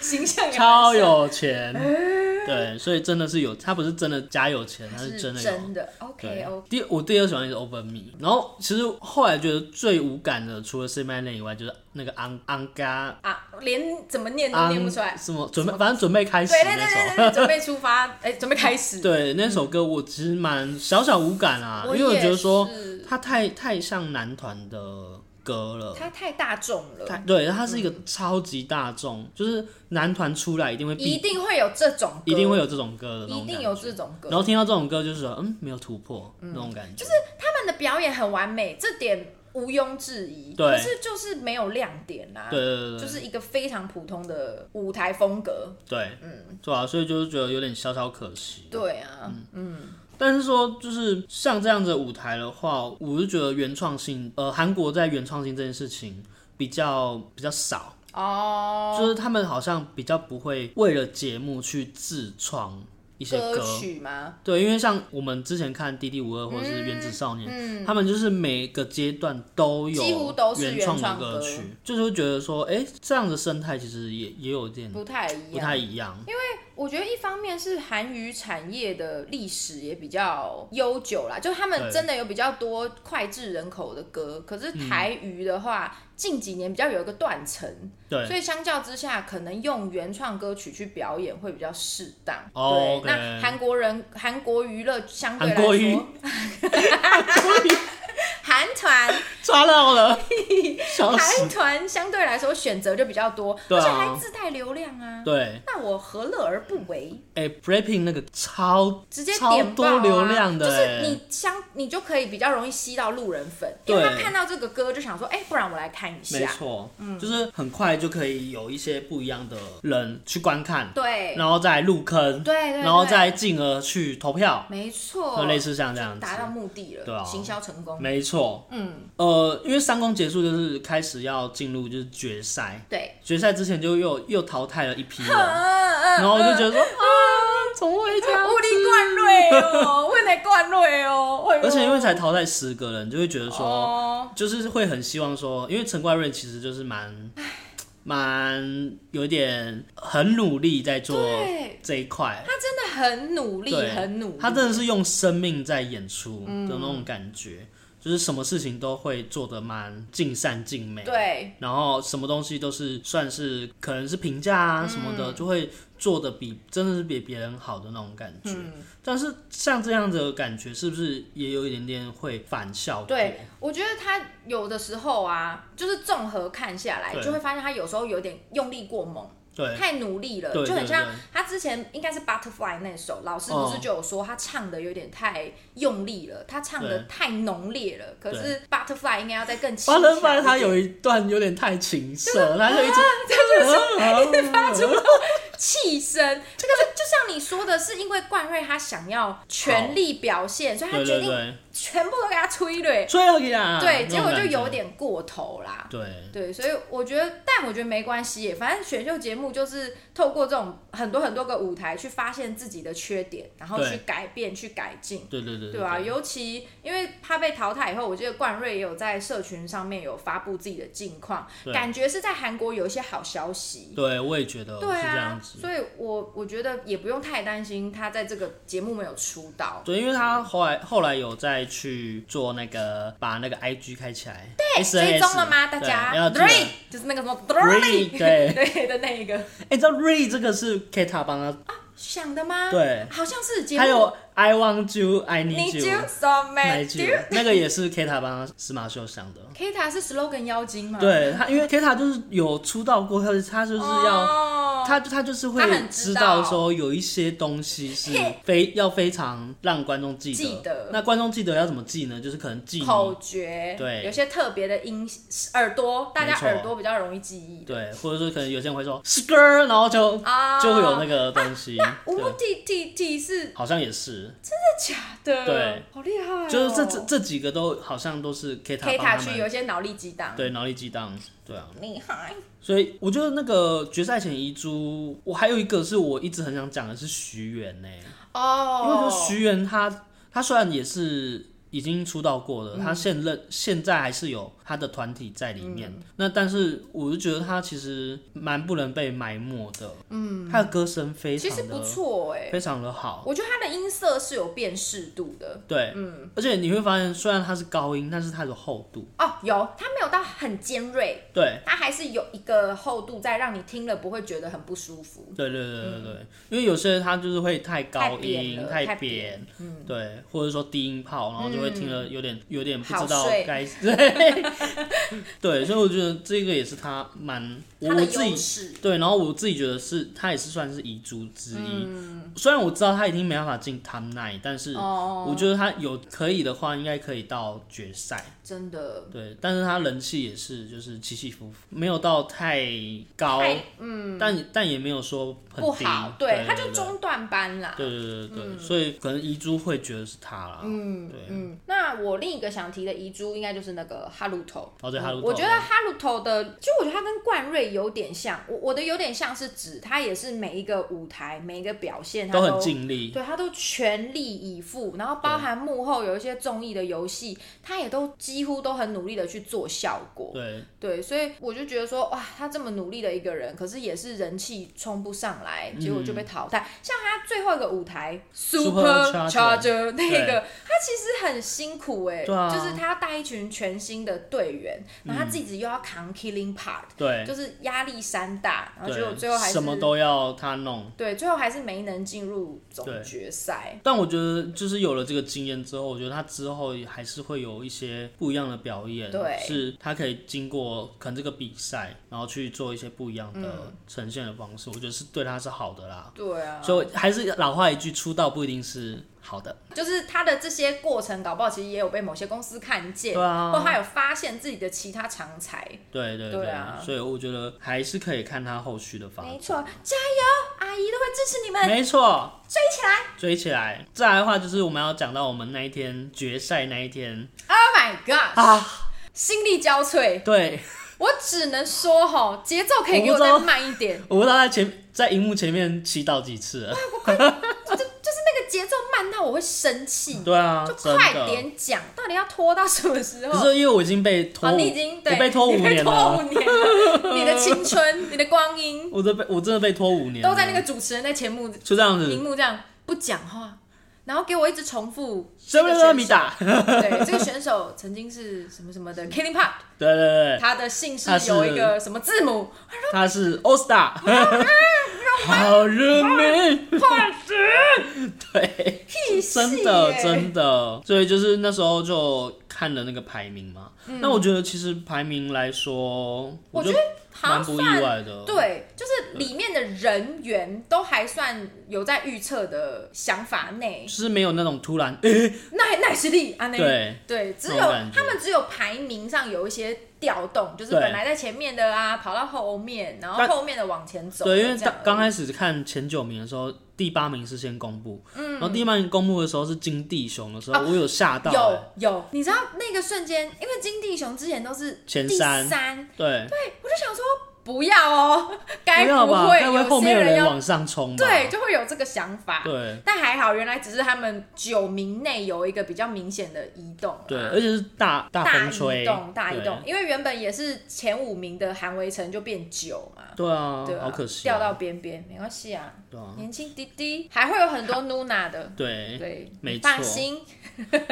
S2: 形象也蛮
S1: 超
S2: 像
S1: 有钱， 对，所以真的是有，他不是真的家有钱，他是
S2: 是
S1: 真的有。
S2: 真的。
S1: 对
S2: OK OK，
S1: 第我第二喜欢的是 Open Me，然后其实后来觉得最无感的，除了 C Man 以外，就是那个 On On Ga
S2: 啊，连怎么念
S1: 啊
S2: 都念不出来
S1: On。什么准备，反正准备开始
S2: 对对对对
S1: 那
S2: 对，
S1: 首。
S2: 准备出发，哎、准备开始。
S1: 对那首歌我其实蛮小小无感啊，
S2: 我
S1: 因为我
S2: 也
S1: 觉得说
S2: 是
S1: 它太太像男团的歌了。
S2: 它太大众了
S1: 它。对，它是一个
S2: 嗯
S1: 超级大众，就是男团出来一定会必
S2: 一定会有这种歌，
S1: 一定会有这种歌的那种
S2: 一定
S1: 感
S2: 有
S1: 觉
S2: 这种歌。
S1: 然后听到这种歌就是说，嗯，没有突破、那种感觉，就是
S2: 他们的表演很完美，这点毋庸置疑。
S1: 对
S2: 可是就是没有亮点啦、
S1: 对对对对，
S2: 嗯就是一个非常普通的舞台风格。
S1: 对，嗯，对啊，所以就是觉得有点小小可惜。
S2: 对啊，
S1: 嗯但是说，就是像这样子的舞台的话，我是觉得原创性，呃，韩国在原创性这件事情比较比较少，
S2: 哦、
S1: 就是他们好像比较不会为了节目去自创一一些
S2: 歌
S1: 歌。
S2: 曲吗？
S1: 对，因为像我们之前看《D D 五二》或者是《原子少年》
S2: 嗯，
S1: 他们就是每个阶段都有
S2: 几乎都是
S1: 原
S2: 原
S1: 创的
S2: 创
S1: 歌
S2: 歌
S1: 曲，就是会觉得说，哎、这样的生态其实也也有点
S2: 不太一样，
S1: 不太一样。
S2: 我觉得一方面是韩娱产业的历史也比较悠久啦，就他们
S1: 对嗯
S2: 真的有比较多脍炙人口的歌。可是台娱的话，近几年比较有一个断层，
S1: 对，
S2: 所以相较之下，可能用原创歌曲去表演会比较适当。
S1: 哦
S2: 对，
S1: OK
S2: 那韩国人、韩国娱乐相对
S1: 韩
S2: 来
S1: 国语
S2: 说，， 韩团
S1: 抓到 了，笑死
S2: 韩。团相对来说选择就比较多，
S1: 哦对啊
S2: 而且还自带流量啊。
S1: 对，
S2: 那我何乐而不为？
S1: 哎、b r e a k i n g 那个超
S2: 直接
S1: 超
S2: 点爆、啊、
S1: 多流量的、
S2: 就
S1: 哎
S2: 是你相你就可以比较容易吸到路人粉，因为
S1: 对
S2: 他看到这个歌就想说，哎、不然我来看一
S1: 没
S2: 下，
S1: 错，
S2: 嗯
S1: 就是很快就可以有一些不一样的人去观看，
S2: 对
S1: 然后再入坑，
S2: 对对，
S1: 然后
S2: 对
S1: 再进而去投票，
S2: 没
S1: 就
S2: 错，
S1: 类似像这样子
S2: 达。到目的了，
S1: 对啊
S2: 行销成功，
S1: 没错，
S2: 嗯，
S1: 呃，因为三公结束就是开始要进入就是决赛，
S2: 对，嗯
S1: 决赛之前就又又淘汰了一批人，
S2: 然
S1: 然后我就觉得 说啊，怎么会这样
S2: 嗯无力
S1: 子？
S2: 冠瑞哦，我得冠瑞哦，哎呦
S1: 而且因为才淘汰十个人，就会觉得说，
S2: 哦，
S1: 就是会很希望说，因为陈冠瑞其实就是蛮蛮有点很努力在做
S2: 对
S1: 这一块，
S2: 他真的很努力，
S1: 对，
S2: 很努力，嗯
S1: 他真的是用生命在演出的那种感觉，就是什么事情都会做得蛮尽善尽美，，
S2: 对。
S1: 然后什么东西都是算是可能是评价啊什么的，
S2: 嗯
S1: 就会做的比真的是比别人好的那种感觉。
S2: 嗯
S1: 但是像这样的感觉，是不是也有一点点会反效果？
S2: 对，我觉得他有的时候啊，就是综合看下来，
S1: 对
S2: 就会发现他有时候有点用力过猛，
S1: 对
S2: 太努力了，
S1: 对
S2: 就很
S1: 对
S2: 像
S1: 对
S2: 他之前应该是《Butterfly》那首，老师不
S1: 哦
S2: 是就有说他唱的有点太用力了，他唱的
S1: 对
S2: 太浓烈了。可
S1: 对
S2: 是《Butterfly》应该要再更轻
S1: 巴
S2: 巧一
S1: 伦
S2: 点。
S1: 巴他有一段有点太情色，他就 一直
S2: 气声，这个是就像你说的，是因为冠瑞他想要全力表现，所以他
S1: 对
S2: 决
S1: 对
S2: 定
S1: 对，
S2: 全部都给他催泪。
S1: 最后一啊，
S2: 对，
S1: 那
S2: 结
S1: 种
S2: 果就
S1: 感觉
S2: 有点过头啦。
S1: 对
S2: 对，所以我觉得，但我觉得没关系耶，反正选秀节目就是透过这种很多很多个舞台去发现自己的缺点，然后
S1: 对
S2: 去改变、去改进，
S1: 对对对
S2: 对啊，尤其因为他被淘汰以后，我记得冠瑞也有在社群上面有发布自己的近况，
S1: 对
S2: 感觉是在韩国有一些好消息。
S1: 对，我也觉得是
S2: 对
S1: 这
S2: 啊
S1: 样，子。
S2: 所以我我觉得也不用太担心他在这个节目没有出道。
S1: 对，因为他后来后来有再去做那个把那个 IG 开起来，对
S2: 追踪了吗？大
S1: 对要
S2: 家
S1: 记得
S2: ，Three 就是那个什么
S1: Three，对
S2: 对的那一个，
S1: 哎、你知道 Re 这个是 Kita 帮他，
S2: 想的吗？
S1: 对
S2: 好像是啊节目。
S1: 还有 I want you, I need
S2: Need
S1: you,
S2: you so
S1: I
S2: much.
S1: need you，那个也是 Kita 帮司马秀想的。
S2: Kita 是 slogan 妖精吗？，
S1: 对他，因为 Kita 就是有出道过，他他就是要。
S2: 哦、
S1: 他他就是会
S2: 他很
S1: 知
S2: 知
S1: 道
S2: 道
S1: 说有一些东西是非要非常让观众记得，
S2: 记得
S1: 那观众记得要怎么记呢？就是可能记你
S2: 口诀，
S1: 对
S2: 有些特别的音耳朵，大
S1: 没
S2: 家
S1: 错
S2: 耳朵比较容易记忆
S1: 对，或者说可能有些人会说 skr，然后就
S2: 啊，
S1: 就会有那个东西，
S2: 无
S1: 对，
S2: T T T 是真的
S1: 好像也是，
S2: 假的，
S1: 对，
S2: 好厉害哦、
S1: 就是这这这几个都好像都是 Kita 帮
S2: Kita
S1: 他
S2: 区有一
S1: 们
S2: 些脑力激荡，
S1: 对脑力激荡，对啊，
S2: 厉害，
S1: 所以我觉得那个决赛前遗珠，我还有一个是我一直很想讲的是徐媛呢、
S2: 哦，
S1: 因为我觉得徐媛她她虽然也是。已经出道过了，
S2: 嗯
S1: 她现任现在还是有她的团体在里面。
S2: 嗯
S1: 那但是我就觉得她其实蛮不能被埋没的，嗯，她的歌声非
S2: 其
S1: 常
S2: 实
S1: 的
S2: 不错哎、
S1: 非常的好。
S2: 我觉得他的音色是有辨识度的。
S1: 对，
S2: 嗯
S1: 而且你会发现，虽然它是高音，但是它有厚度。
S2: 哦，有，他没有到很尖锐，
S1: 对，
S2: 他还是有一个厚度在，让你听了不会觉得很不舒服。
S1: 对对对对对，因为有些人他就是会太高
S2: 嗯太扁嗯
S1: 音、
S2: 了
S1: 太
S2: 太
S1: 扁，对，或者说低音炮，然后就会听了有点、有点不知
S2: 嗯好
S1: 道
S2: 睡
S1: 该对 对，所以我觉得这个也是他蛮我
S2: 它
S1: 我
S2: 的
S1: 自
S2: 优
S1: 己
S2: 势，
S1: 对，然后我自己觉得是他也是算是遗珠之一。虽然我知道他已经没办法进 Top Nine，但是
S2: 嗯哦
S1: 我觉得他有可以的话，应该可以到决赛。
S2: 真的
S1: 对，但是他人气也是就是起起伏伏，没有到太高，
S2: 太嗯
S1: 但但也没有说很
S2: 不
S1: 低
S2: 好，
S1: 对，
S2: 它就中段班啦。
S1: 对，对对对对，所以可能遗珠会觉得是他啦，嗯，对，
S2: 嗯，那我另一个想提的遗珠应该就是那个哈鲁头。
S1: 哦对哈鲁头
S2: 嗯我觉得哈鲁头的，就我觉得他跟冠瑞有点像。我我的有点像是指他也是每一个舞台、每一个表现，他
S1: 都很尽力。
S2: 对他都全力以赴，然后包含幕后有一些综艺的游戏，他也都几乎都很努力的去做效果。
S1: 对，
S2: 对，所以我就觉得说，哇，他这么努力的一个人，可是也是人气冲不上来，结果就
S1: 嗯
S2: 被淘汰。像他最后一个舞台
S1: Supercharger
S2: Supercharger 那
S1: 对
S2: 个，他其实很辛苦哎、
S1: 对啊嗯
S2: 就是他要带一群全新的队员，然后他自己又要扛 Killing Part，、
S1: 对，
S2: 就是压力山大，然后结果
S1: 对，
S2: 最后还是
S1: 什么都要他弄。
S2: 对，最后还是没能进入总
S1: 对
S2: 决赛。
S1: 但我觉得，就是有了这个经验之后，我觉得他之后也还是会有一些不一样的表演，
S2: 对
S1: 是他可以经过可能这个比赛，然后去做一些不一样的
S2: 嗯
S1: 呈现的方式，我觉得是对他是好的啦。
S2: 对啊，
S1: 所以还是老话一句，出道不一定是好的。
S2: 就是他的这些过程，搞不好其实也有被某些公司看见，
S1: 对啊
S2: 或他有发现自己的其他长才。
S1: 对对
S2: 对啊
S1: 所以我觉得还是可以看他后续的发展。
S2: 没错，加油，阿姨都会支持你们。
S1: 没错，追起来，追起来。再来的话，就是我们要讲到我们那一天决赛那一天
S2: Oh my god！、
S1: 啊，
S2: 心力交瘁，
S1: 对，
S2: 我只能说吼，节奏可以给我
S1: 我不知道
S2: 再慢一点，
S1: 我不知道在前在荧幕前面祈祷几次了。
S2: 就是那个节奏慢到我会生 气，
S1: 对啊，
S2: 就
S1: 真
S2: 快
S1: 的。
S2: 点讲，到底要拖到什么时
S1: 可
S2: 候？
S1: 是因为我已经被拖
S2: 哦，
S1: 五，
S2: 你已经对，
S1: 我被拖五
S2: 你被
S1: 年
S2: 拖五
S1: 了，
S2: 年了，你的 青春，你的光阴
S1: 我都被我真的被拖五年了，
S2: 都在那个主持人在前幕
S1: 就这样
S2: 荧
S1: 子，
S2: 幕这样不讲话，然后给我一直重复
S1: 什
S2: 这
S1: 么
S2: 个
S1: 什么
S2: 选
S1: 米
S2: 手，
S1: 打，对
S2: 对，这个选手曾经是什么什么的 Killing Part，
S1: 对对，
S2: 他的姓氏
S1: 他是
S2: 有一个什么字母
S1: 他是 All Star，好人民，
S2: ，Part
S1: 对。
S2: 屁事耶
S1: 真的真的，所以就是那时候就看了那个排名嘛。那我觉得其实排名来说，
S2: 嗯我觉
S1: 就
S2: 得好像
S1: 蛮不意外
S2: 算
S1: 的。
S2: 对，就是里面的人员都还算有在预测的想法内
S1: 就，是没有那种突然，诶
S2: 耐耐实力啊，那
S1: 对
S2: 对，只
S1: 那
S2: 有
S1: 种感觉
S2: 他们只有排名上有一些调动，就是
S1: 对
S2: 本来在前面的啊，跑到后面，然后
S1: 但
S2: 后面的往前走，
S1: 对，因为
S2: 这样
S1: 当刚开始看前九名的时候，第八名是先公布，
S2: 嗯
S1: 然后第八名公布的时候是金地雄的时候，我有吓到、
S2: 啊
S1: 欸，
S2: 有有，你知道那个瞬间，因为金地雄之前都是
S1: 前
S2: 第
S1: 三
S2: 三
S1: 对，
S2: 对我就想说不要哦，该
S1: 不要吧，
S2: 会
S1: 该不会
S2: 有
S1: 后
S2: 些
S1: 面的
S2: 人
S1: 人
S2: 要
S1: 往上冲吧？
S2: 对，就会有这个想法。
S1: 对
S2: 但还好，原来只是他们九名内有一个比较明显的移动啊，
S1: 对，而且是大大
S2: 大
S1: 风
S2: 移
S1: 吹，
S2: 动，大移
S1: 对
S2: 动，，因为原本也是前五名的韩维城就变九嘛。
S1: 对啊，
S2: 对啊，
S1: 好可惜、
S2: 掉
S1: 啊，
S2: 到边边，没关系啊，
S1: 对啊，
S2: 年轻滴滴还会有很多露娜的，
S1: 对。
S2: 对，
S1: 没错
S2: 放心，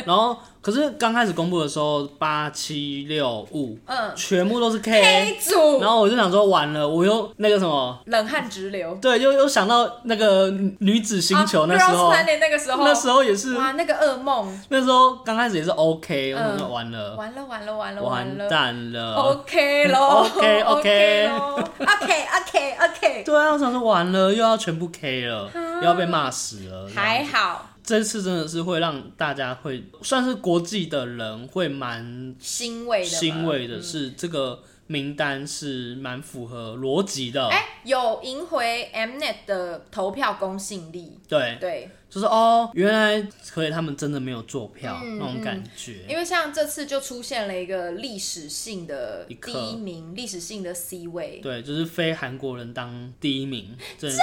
S1: 然后，可是刚开始公布的时候，八七六五
S2: 嗯，
S1: 全部都是 K，
S2: 黑组
S1: 然后我就想说完了，我又那个什么，
S2: 冷汗直流，
S1: 对，又又想到那个女子星球那时候，
S2: 啊，Girls Planet 那个时候，
S1: 那时候也是，
S2: 哇，那个噩梦，
S1: 那时候刚开始也是 OK，、
S2: 嗯
S1: 嗯、完了，
S2: 完了完了完了
S1: 完
S2: 了
S1: 蛋了
S2: OK 咯
S1: 呃嗯 OK，OK
S2: OK 咯 OK OK OK，
S1: 对啊，我想说完了，又要全部 K 了，又要被骂死了。
S2: 还好
S1: 这次真的是会让大家会算是国际的人会蛮
S2: 欣慰的嘛
S1: 欣慰的，是这个名单是蛮符合逻辑的。
S2: 哎、有赢回 Mnet 的投票公信力，
S1: 对，
S2: 对，
S1: 就是哦，原来所以他们真的没有做票、
S2: 嗯
S1: 那种感觉。
S2: 因为像这次就出现了一个历史性的
S1: 一
S2: 第
S1: 刻
S2: 一名，历史性的 C 位，
S1: 对，就是非韩国人当第一名，真的是。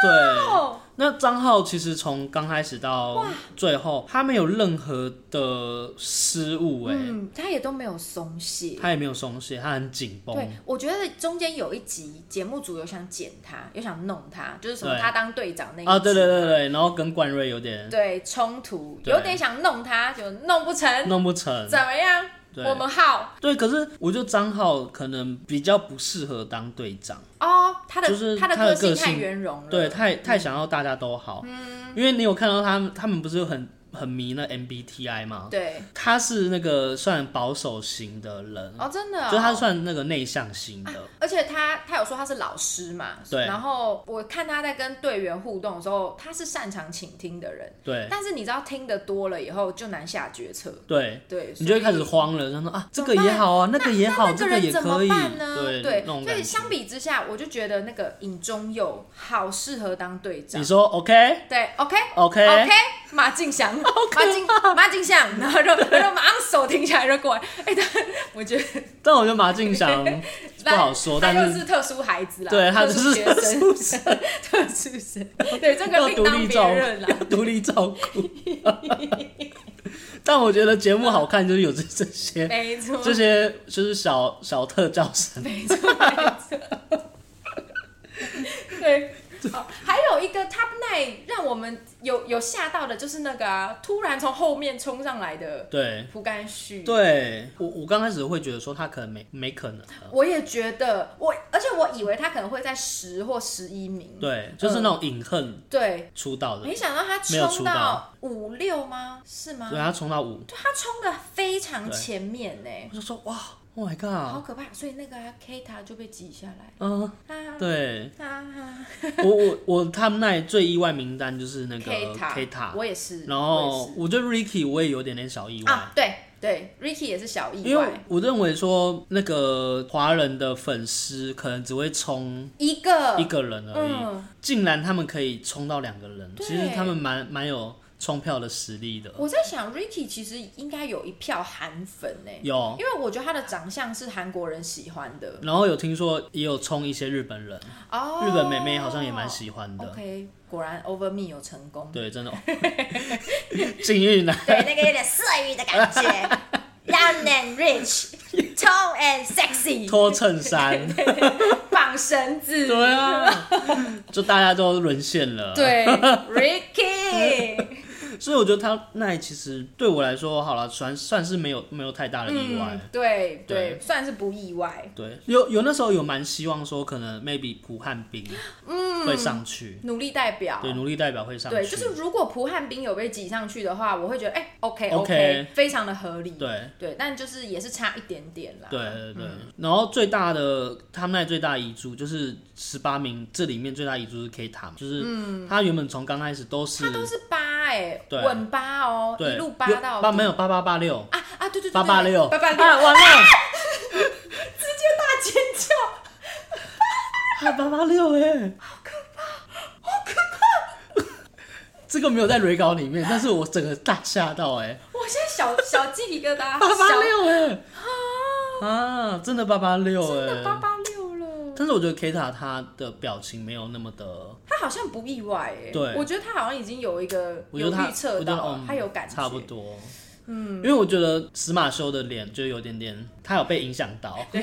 S1: 对，
S2: 哦，
S1: 那张浩其实从刚开始到最后，他没有任何的失误，哎、
S2: 嗯，他也都没有松懈。
S1: 他也没有松懈，他很紧绷。
S2: 对，我觉得中间有一集节目组有想剪他，有想弄他，就是什么
S1: 对
S2: 他当队长那一集
S1: 啊，对对对对，然后跟冠瑞有点
S2: 对冲突，
S1: 对
S2: 有点想弄他，就弄不成，
S1: 弄不成。
S2: 怎么样？
S1: 对
S2: 我们好
S1: 对，可是我觉得张浩可能比较不适合当队长。
S2: 哦，他的、
S1: 就是
S2: 他的
S1: 他的
S2: 性
S1: 个
S2: 太
S1: 性
S2: 圆融了，
S1: 对，太太想要大家都好，
S2: 嗯
S1: 因为你有看到他们，他们不是很很迷那 MBTI 吗？
S2: 对，
S1: 他是那个算保守型的人，
S2: 哦，啊真的、哦，
S1: 就他算那个内向型的，
S2: 而且他他有说他是老师嘛，
S1: 对
S2: 然后我看他在跟队员互动的时候，他是擅长倾听的人，
S1: 对
S2: 但是你知道听得多了以后就难下决策，
S1: 对，
S2: 对，
S1: 你
S2: 所以
S1: 就会开始慌了，想说啊，这
S2: 怎么
S1: 个也
S2: 办
S1: 好啊，那个也好，
S2: 那
S1: 这
S2: 个
S1: 个也
S2: 人怎么
S1: 可以，
S2: 办呢？
S1: 对，那种
S2: 所
S1: 感
S2: 以
S1: 觉。
S2: 相比之下，我就觉得那个尹中佑好适合当队长
S1: 你。说 OK
S2: 对，OK
S1: OK，
S2: 马敬祥，马金马金像，然后就然后马上手停下来就过来。哎、但我觉得
S1: 但我觉得马静 祥不好说，
S2: 他
S1: 但
S2: 又是特殊孩子啦，
S1: 对他
S2: 特
S1: 就
S2: 殊
S1: 是
S2: 学
S1: 特
S2: 生，
S1: 殊生，
S2: 特殊生，对这个
S1: 要
S2: 另
S1: 独
S2: 当
S1: 立照
S2: 别论啦。
S1: 要 独立照顾。 但我觉得节目好看，就是有这这些
S2: 没错，
S1: 这些就是小小特叫声，
S2: 没错，没错。对，哦，还有一个 Top Nine 让我们有有吓到的，就是那个啊，突然从后面冲上来的
S1: 对。
S2: 蒲甘旭。，
S1: 对我，我刚开始会觉得说他可能没没可能了，
S2: 我也觉得我，而且我以为他可能会在十或十一名。
S1: 对，就是那种隐恨
S2: 对，
S1: 出道的，
S2: 没想到他
S1: 呃没有
S2: 冲
S1: 出道
S2: 到五六吗？是吗？
S1: 对他冲到五，
S2: 就他冲的非常
S1: 对
S2: 前面呢、
S1: 我就说哇，Oh my
S2: 好
S1: god，
S2: 可怕！所以那个啊 K 塔就被挤下来。
S1: 嗯，
S2: 啊
S1: 对
S2: 啊啊
S1: 我我我他们那最意外名单就是那
S2: ！K
S1: 个
S2: 塔
S1: K 塔，
S2: 我也是。
S1: 然
S2: 我也
S1: 后
S2: 是
S1: 我对 Ricky 我也有点点小意外，
S2: 啊，对对，Ricky 也是小意
S1: 因为
S2: 外，
S1: 我认为说那个华人的粉丝可能只会冲
S2: 一个
S1: 一个人而已，
S2: 嗯，
S1: 竟然他们可以冲到两个人，
S2: 对
S1: 其实他们蛮蛮有冲票的实力的，
S2: 我在想 Ricky 其实应该有一票韩粉呢、
S1: 有。
S2: 因为我觉得他的长相是韩国人喜欢的
S1: 然后有听说也有冲一些日本人，
S2: 哦，
S1: 日本妹妹好像也蛮喜欢的，
S2: OK，果然 Over Me 有成功，
S1: 对， 真的，幸运啊，
S2: 对，那个有点色欲的感 觉，Young and rich, tall and sexy，
S1: 脱衬 衫，
S2: 绑绳子，
S1: 对啊，就大家都沦陷了，
S2: 对 Ricky，
S1: 所以我觉得他那其实对我来说，好了，算算是没有没有太大的意外。
S2: 嗯，对对，
S1: 对
S2: 算是不意外，
S1: 对，有有那时候有蛮希望说，可能 maybe 朴汉斌会上去，
S2: 努力代表，
S1: 对，奴隶代表会上去，
S2: 嗯对，就是如果蒲汉兵有被挤上去的话，我会觉得哎、o k
S1: OK
S2: 非常的合理。
S1: 对
S2: 但就是也是差一点点啦。
S1: 对对对
S2: 嗯
S1: 然后最大的他们那最大的遗珠就是十八名，这里面最大遗珠是 K 塔嘛，就是他原本从刚开始都是
S2: 嗯他都是八哎、
S1: 对
S2: 稳八哦，
S1: 对
S2: 一路八
S1: 有
S2: 到
S1: 八
S2: 底
S1: 没有八八八六
S2: 啊啊，对对对，
S1: 八八六
S2: 八八
S1: 啊
S2: 六，
S1: 完了，
S2: 大尖叫，
S1: 还八八六哎，好可怕，好可怕！ 这个没有在雷稿里面，但是我整个大吓到哎、
S2: 我现在小小鸡皮疙瘩，
S1: 八八
S2: 小，
S1: 六哎，啊，真的八八六
S2: 真的八
S1: 哎。
S2: 八六了。
S1: 但是我觉得 K 塔他的表情没有那么的，
S2: 他好像不意外哎、
S1: 对
S2: 我觉得他好像已经有一个
S1: 我觉
S2: 有
S1: 得他
S2: 预测
S1: 我觉得
S2: 到
S1: 嗯，，
S2: 他有感觉，
S1: 差不 多。嗯，因为我觉得司马修的脸就有点点，他有被影响到。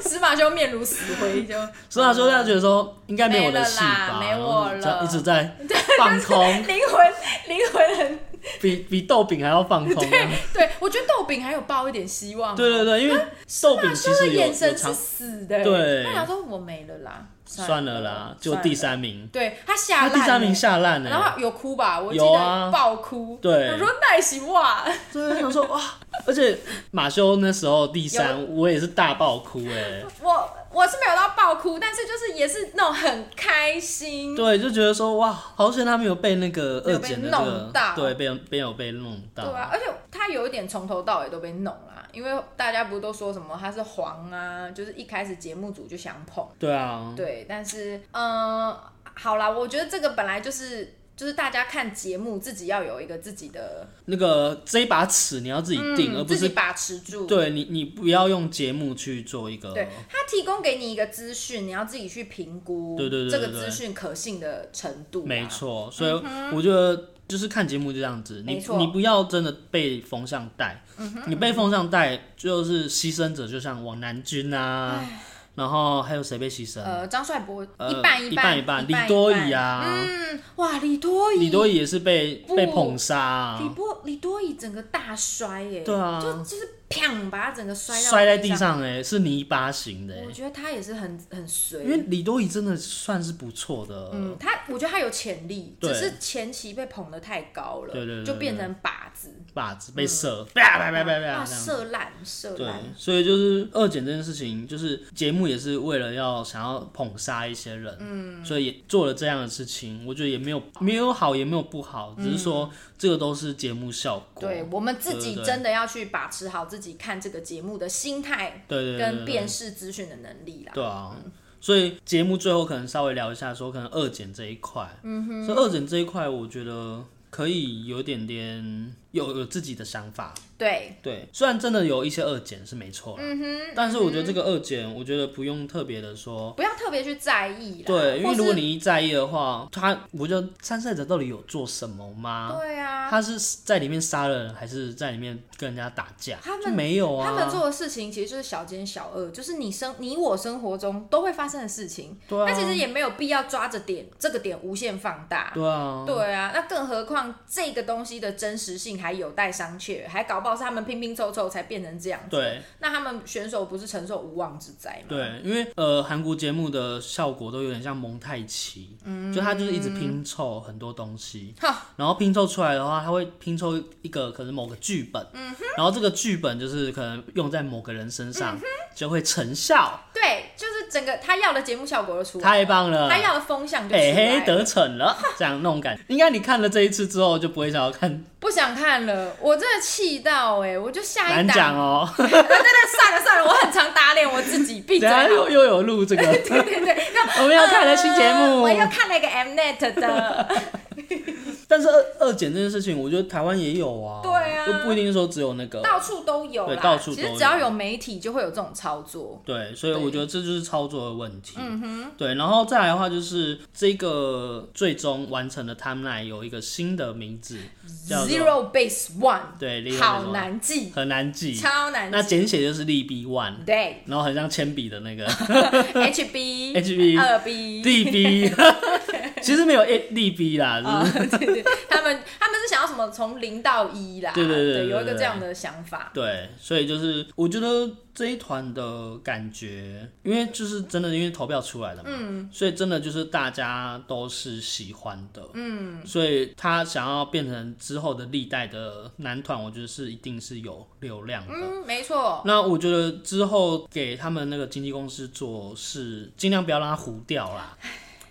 S2: 司马修面如死灰，就
S1: 司马修他觉得说应该没有我的
S2: 没了啦
S1: 戏吧，
S2: 没
S1: 然后
S2: 我
S1: 这样
S2: 了
S1: 一直 在放空，
S2: 灵魂灵魂很
S1: 比比豆饼还要放空。啊
S2: 对，我觉得豆饼还有抱一点希望。
S1: 对对对，因 为豆饼
S2: 大
S1: 其
S2: 修的
S1: 实有
S2: 眼
S1: 有
S2: 神是
S1: 常
S2: 死的、
S1: 对
S2: 他想说我没了啦，
S1: 算了啦，就第，
S2: 算了
S1: 三名，
S2: 对他
S1: 他
S2: 下
S1: 第
S2: 烂、
S1: 三名，下烂欸
S2: 然
S1: 了。
S2: 后有哭吧，我记
S1: 有
S2: 得
S1: 啊
S2: 爆哭，
S1: 对
S2: 我说耐心哇，
S1: 对，想说哇，而且马修那时候第三，我也是大爆哭 哎。
S2: 我我是没有到爆哭，但是就是也是那种很开心，
S1: 对，啊就觉得说哇，好险他没有被那个
S2: 没
S1: 二
S2: 有被
S1: 姐的
S2: 弄到
S1: 那个，对，被被有被弄
S2: 对
S1: 到。
S2: 啊，而且他有一点从头到尾都被弄啦，因为大家不都说什么他是黄啊，就是一开始节目组就想捧。
S1: 对啊，
S2: 对，但是嗯、呃好啦，我觉得这个本来就是就是大家看节目自己要有一个自己的，
S1: 那个这一把尺你要自己定，
S2: 嗯
S1: 而不
S2: 自
S1: 是
S2: 己把持住。
S1: 对你你不要用节目去做一个
S2: 对，他提供给你一个资讯，你要自己去评估，
S1: 对对对
S2: 这个
S1: 对
S2: 资
S1: 对
S2: 讯可信的程度、
S1: 没，错，所以我觉得就是看节目就这样子，你
S2: 嗯没错嗯
S1: 你不要真的被风向带，你被风向带就是牺牲者，就像王南军啊，然后还有谁被牺牲？
S2: 呃，张帅博
S1: 呃
S2: 一半
S1: 一
S2: 半
S1: 半
S2: 一
S1: 半，
S2: 一半
S1: 李多怡，啊，
S2: 哇，李多怡，
S1: 李多怡也是被
S2: 不
S1: 被捧杀啊、
S2: 李波李多怡整个大摔耶、
S1: 对啊
S2: 就就是砰把他整个摔到
S1: 摔在地
S2: 上，
S1: 上哎、是泥巴型的、
S2: 我
S1: 欸，
S2: 觉得他也是很很随，
S1: 因为李多怡真的算是不错的，
S2: 嗯，他我觉得他有潜力，
S1: 对
S2: 只是前期被捧得太高了，
S1: 对对对对
S2: 就变成靶子，
S1: 靶子被射，啪啪啪啪啪这
S2: 啊
S1: 样子。
S2: 嗯射烂射
S1: 对
S2: 烂，，
S1: 所以就是二检这件事情，就是节目也是为了要想要捧杀一些人，嗯，所以也做了这样的事情。我觉得也没有没有好，也没有不好，只是说这个都是节目效果。
S2: 嗯对我们自
S1: 对
S2: 己
S1: 对
S2: 真的要去把持好自己看这个节目的心态
S1: 对对对
S2: 跟
S1: 对对
S2: 辨识资讯的能力啦。
S1: 对啊。
S2: 嗯
S1: 所以节目最后可能稍微聊一下，说可能二检这一块，嗯哼，所以二检这一块，我觉得可以有点点有有自己的想法。
S2: 对，
S1: 对，虽然真的有一些二检是没错啦，
S2: 嗯哼，
S1: 但是我觉得这个二检，我觉得不用特别的说。
S2: 不要特别去在意啦。
S1: 对，因
S2: 啊或
S1: 为
S2: 是
S1: 如果你一在意的话，他我觉得参赛者到底有做什么吗？
S2: 对啊，
S1: 他是在里面杀人，还是在里面跟人家打架？
S2: 他们
S1: 就没有啊，
S2: 他们做的事情其实就是小奸小恶，就是你生你我生活中都会发生的事情。
S1: 对啊
S2: 那其实也没有必要抓着点这个点无限放大。
S1: 对啊，
S2: 对啊，那更何况这个东西的真实性还有待商榷，还搞不好是他们拼拼凑凑才变成这样子。
S1: 对
S2: 那他们选手不是承受无妄之灾吗？
S1: 对，因为呃，韩国节目的效果都有点像蒙太奇，就他就是一直拼凑很多东西，
S2: 嗯哈，
S1: 然后拼凑出来的话，他会拼凑一个可能某个剧本，
S2: 嗯
S1: 然后这个剧本就是可能用在某个人身
S2: 嗯
S1: 上就会成效，
S2: 对，就是整个他要的节目效果就出来
S1: 太
S2: 了，
S1: 棒了，哎
S2: 他要的风向哎就出
S1: 嘿
S2: 来
S1: 嘿
S2: 了。
S1: 得逞了，这样那种感觉。应该你看了这一次之后就不会想要看，
S2: 不想看了，我真的气到哎、我就下
S1: 难
S2: 一
S1: 讲
S2: 档，
S1: 哦。
S2: 对对对，算了算了，我很常打脸我自己，闭
S1: 等
S2: 嘴
S1: 下
S2: 好
S1: 啊又
S2: 了。
S1: 又有录这个，
S2: 对对对，那
S1: 我们要看的新节
S2: 呃
S1: 目
S2: 我。又看了一个 Mnet 的，
S1: 但是二二检这件事情，我觉得台湾也有啊，
S2: 对啊
S1: 就不一定说只有那个。
S2: 到处都有啦。
S1: 对到处都
S2: 其
S1: 有
S2: 实只要有媒体，就会有这种操作。
S1: 对，所以
S2: 对
S1: 我觉得这就是操作的问题。嗯哼，对，然后再来的话就是这个最终完成的 timeline 有一个新的名字，叫做
S2: Zero Base One，
S1: 对，利用那
S2: 好
S1: 种
S2: 难记，
S1: 很难记，
S2: 超难
S1: 那
S2: 记。
S1: 简写就是利 B one，
S2: 对
S1: 然后很像铅笔的那 个
S2: ，HB
S1: HB
S2: 二 B，
S1: 利 B，其实没有 A 利 B 啦，就是
S2: 他们他们是想要什么从零到一啦？
S1: 对对对对对
S2: 有一个这样的想法。
S1: 对，所以就是我觉得这一团的感觉，因为就是真的因为投票出来的嘛，
S2: 嗯
S1: 所以真的就是大家都是喜欢的，嗯，所以他想要变成之后的历代的男团，我觉得是一定是有流量的。
S2: 嗯，没错，
S1: 那我觉得之后给他们那个经纪公司做事，尽量不要让它糊掉啦。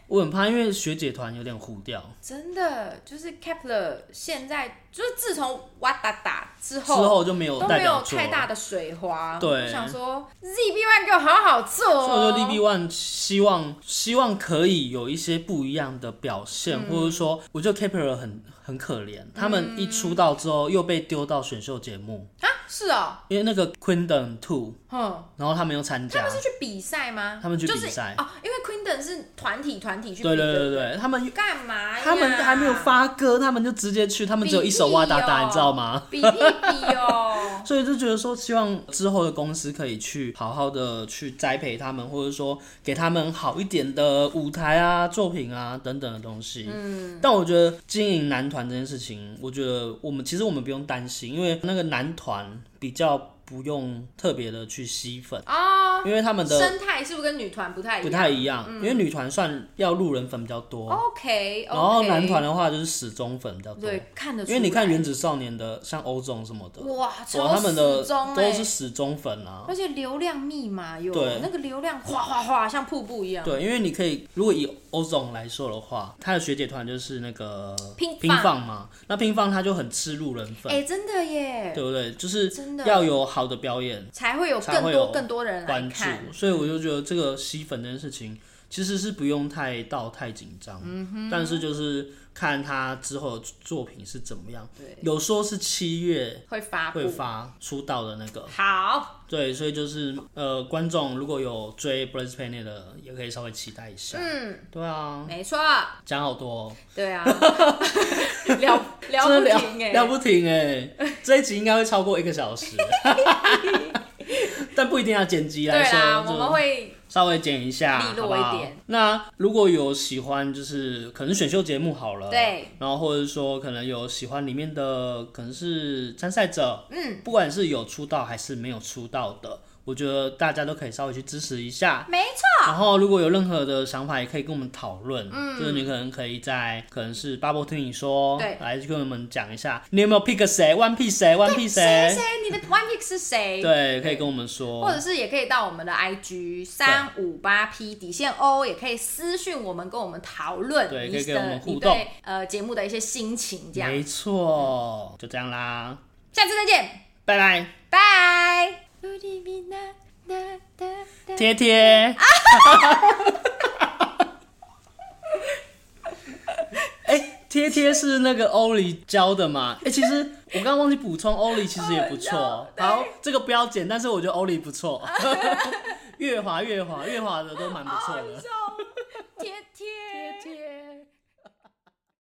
S1: 我很怕，因为学姐团有点糊 掉，
S2: 真的就是 Kepler 现在就是自从哇哒哒之
S1: 之
S2: 后，
S1: 后就没有
S2: 都
S1: 代
S2: 没
S1: 表
S2: 有
S1: 作
S2: 太大
S1: 了。
S2: 的水花。
S1: 对
S2: 我想说 ZB One 给我好好做
S1: 所以我
S2: 哦。
S1: 觉得 DB One 希望希望可以有一些不一样的表现，或者说，
S2: 嗯
S1: 我觉得 Kepler 很很可怜，他们一出道之后又被丢到选秀节目，
S2: 啊，是哦，
S1: 因为那个 Queendom Two，
S2: 哼，
S1: 然后他没有参
S2: 他
S1: 加
S2: 们，是去比赛吗？
S1: 啊他们去比赛
S2: 就是、哦，因为 Queendom 是团体团体去比
S1: 对对
S2: 的，
S1: 对对，他们
S2: 干嘛哎呀？
S1: 他们还没有发歌，他们就直接去，他们只有一首
S2: 比
S1: 哇哒
S2: 屁
S1: 哒，
S2: 哦
S1: 你知道吗？。
S2: 比屁比哦
S1: 所以就觉得说，希望之后的公司可以去好好的去栽培他们，或者说给他们好一点的舞台啊、作品啊等等的东西。嗯，但我觉得经营男团这件事情，我觉得我们其实我们不用担心，因为那个男团比较不用特别的去吸粉，
S2: 哦，
S1: 因为他们的
S2: 生嗯态是不是跟女团不太一
S1: 不
S2: 样？
S1: 太一样，因为女团算要路人粉比较多，
S2: 哦 OK，
S1: 然后男团的话就是始终粉比较多。
S2: 对看得出
S1: 因
S2: 来，
S1: 为你看原子少年的，像欧总什么的，
S2: 哇，
S1: 哇，
S2: 超
S1: 他们的
S2: 时钟
S1: 都
S2: 欸
S1: 是死忠粉啊。
S2: 而且流量密码有
S1: 对
S2: 那个流量哗哗哗，像瀑布一样。
S1: 对，因为你可以，如果以欧总来说的话，他的学姐团就是那个
S2: 乒
S1: 乒
S2: 乓
S1: 乓嘛，那乒乓他就很吃路人粉，
S2: 哎、真的耶，
S1: 对不对？就是
S2: 真的
S1: 要有好的表演
S2: 才会有
S1: 才
S2: 更
S1: 会
S2: 多
S1: 有
S2: 更多人来
S1: 关注
S2: 看，，
S1: 所以我就觉得这个吸粉这件事情其实是不用太到太紧张，
S2: 嗯
S1: 但是就是看他之后的作品是怎么样。
S2: 对，
S1: 有说是七月
S2: 会发布。
S1: 会发出道的那个，
S2: 好，
S1: 对，所以就是呃，观众如果有追 b r a c e p a n e 的，也可以稍微期待一下。
S2: 嗯，
S1: 对啊，
S2: 没错，
S1: 讲好多、哦，
S2: 对 啊，聊聊
S1: 真
S2: 不
S1: 的聊
S2: 停哎、
S1: 聊不停哎，这一集应该会超过一个小 时，但不一定要剪辑
S2: 欸对
S1: 来说，
S2: 啦，我们
S1: 就
S2: 会
S1: 稍微剪一下，
S2: 利落
S1: 好不好
S2: 一点。
S1: 那如果有喜欢，就是可能选秀节目好了，
S2: 对，
S1: 然后或者说可能有喜欢里面的，可能是参赛者，
S2: 嗯，
S1: 不管是有出道还是没有出道的，我觉得大家都可以稍微去支持一下。
S2: 没 错，
S1: 然后如果有任何的想法，也可以跟我们讨论。嗯，就是你可能可以在可能是巴博听你说，
S2: 对
S1: 来跟我们讲一下，你有没有 pick 谁，one pick 谁，one pick
S2: 谁
S1: 谁
S2: 谁，你的 One Pick 是谁？
S1: 对，可以跟我们说，
S2: 或者是也可以到我们的 IG 三五八 P 底线 O，也可以私讯我们，跟我们讨论
S1: 对可
S2: 你
S1: 以跟我们
S2: 的
S1: 互
S2: 你
S1: 动
S2: 对呃节目的一些心情，这样。
S1: 没错，就这样啦，
S2: 下次再见，
S1: 拜拜，
S2: 拜。
S1: 贴贴。 哎、贴贴是那个欧里教的嘛？哎、其实我刚刚忘记补充，欧里其实也不错。
S2: 欧里教对
S1: 好，这个不 要剪，但是我觉得欧里不错。月华、月华、月华的都蛮不错的。
S2: 笑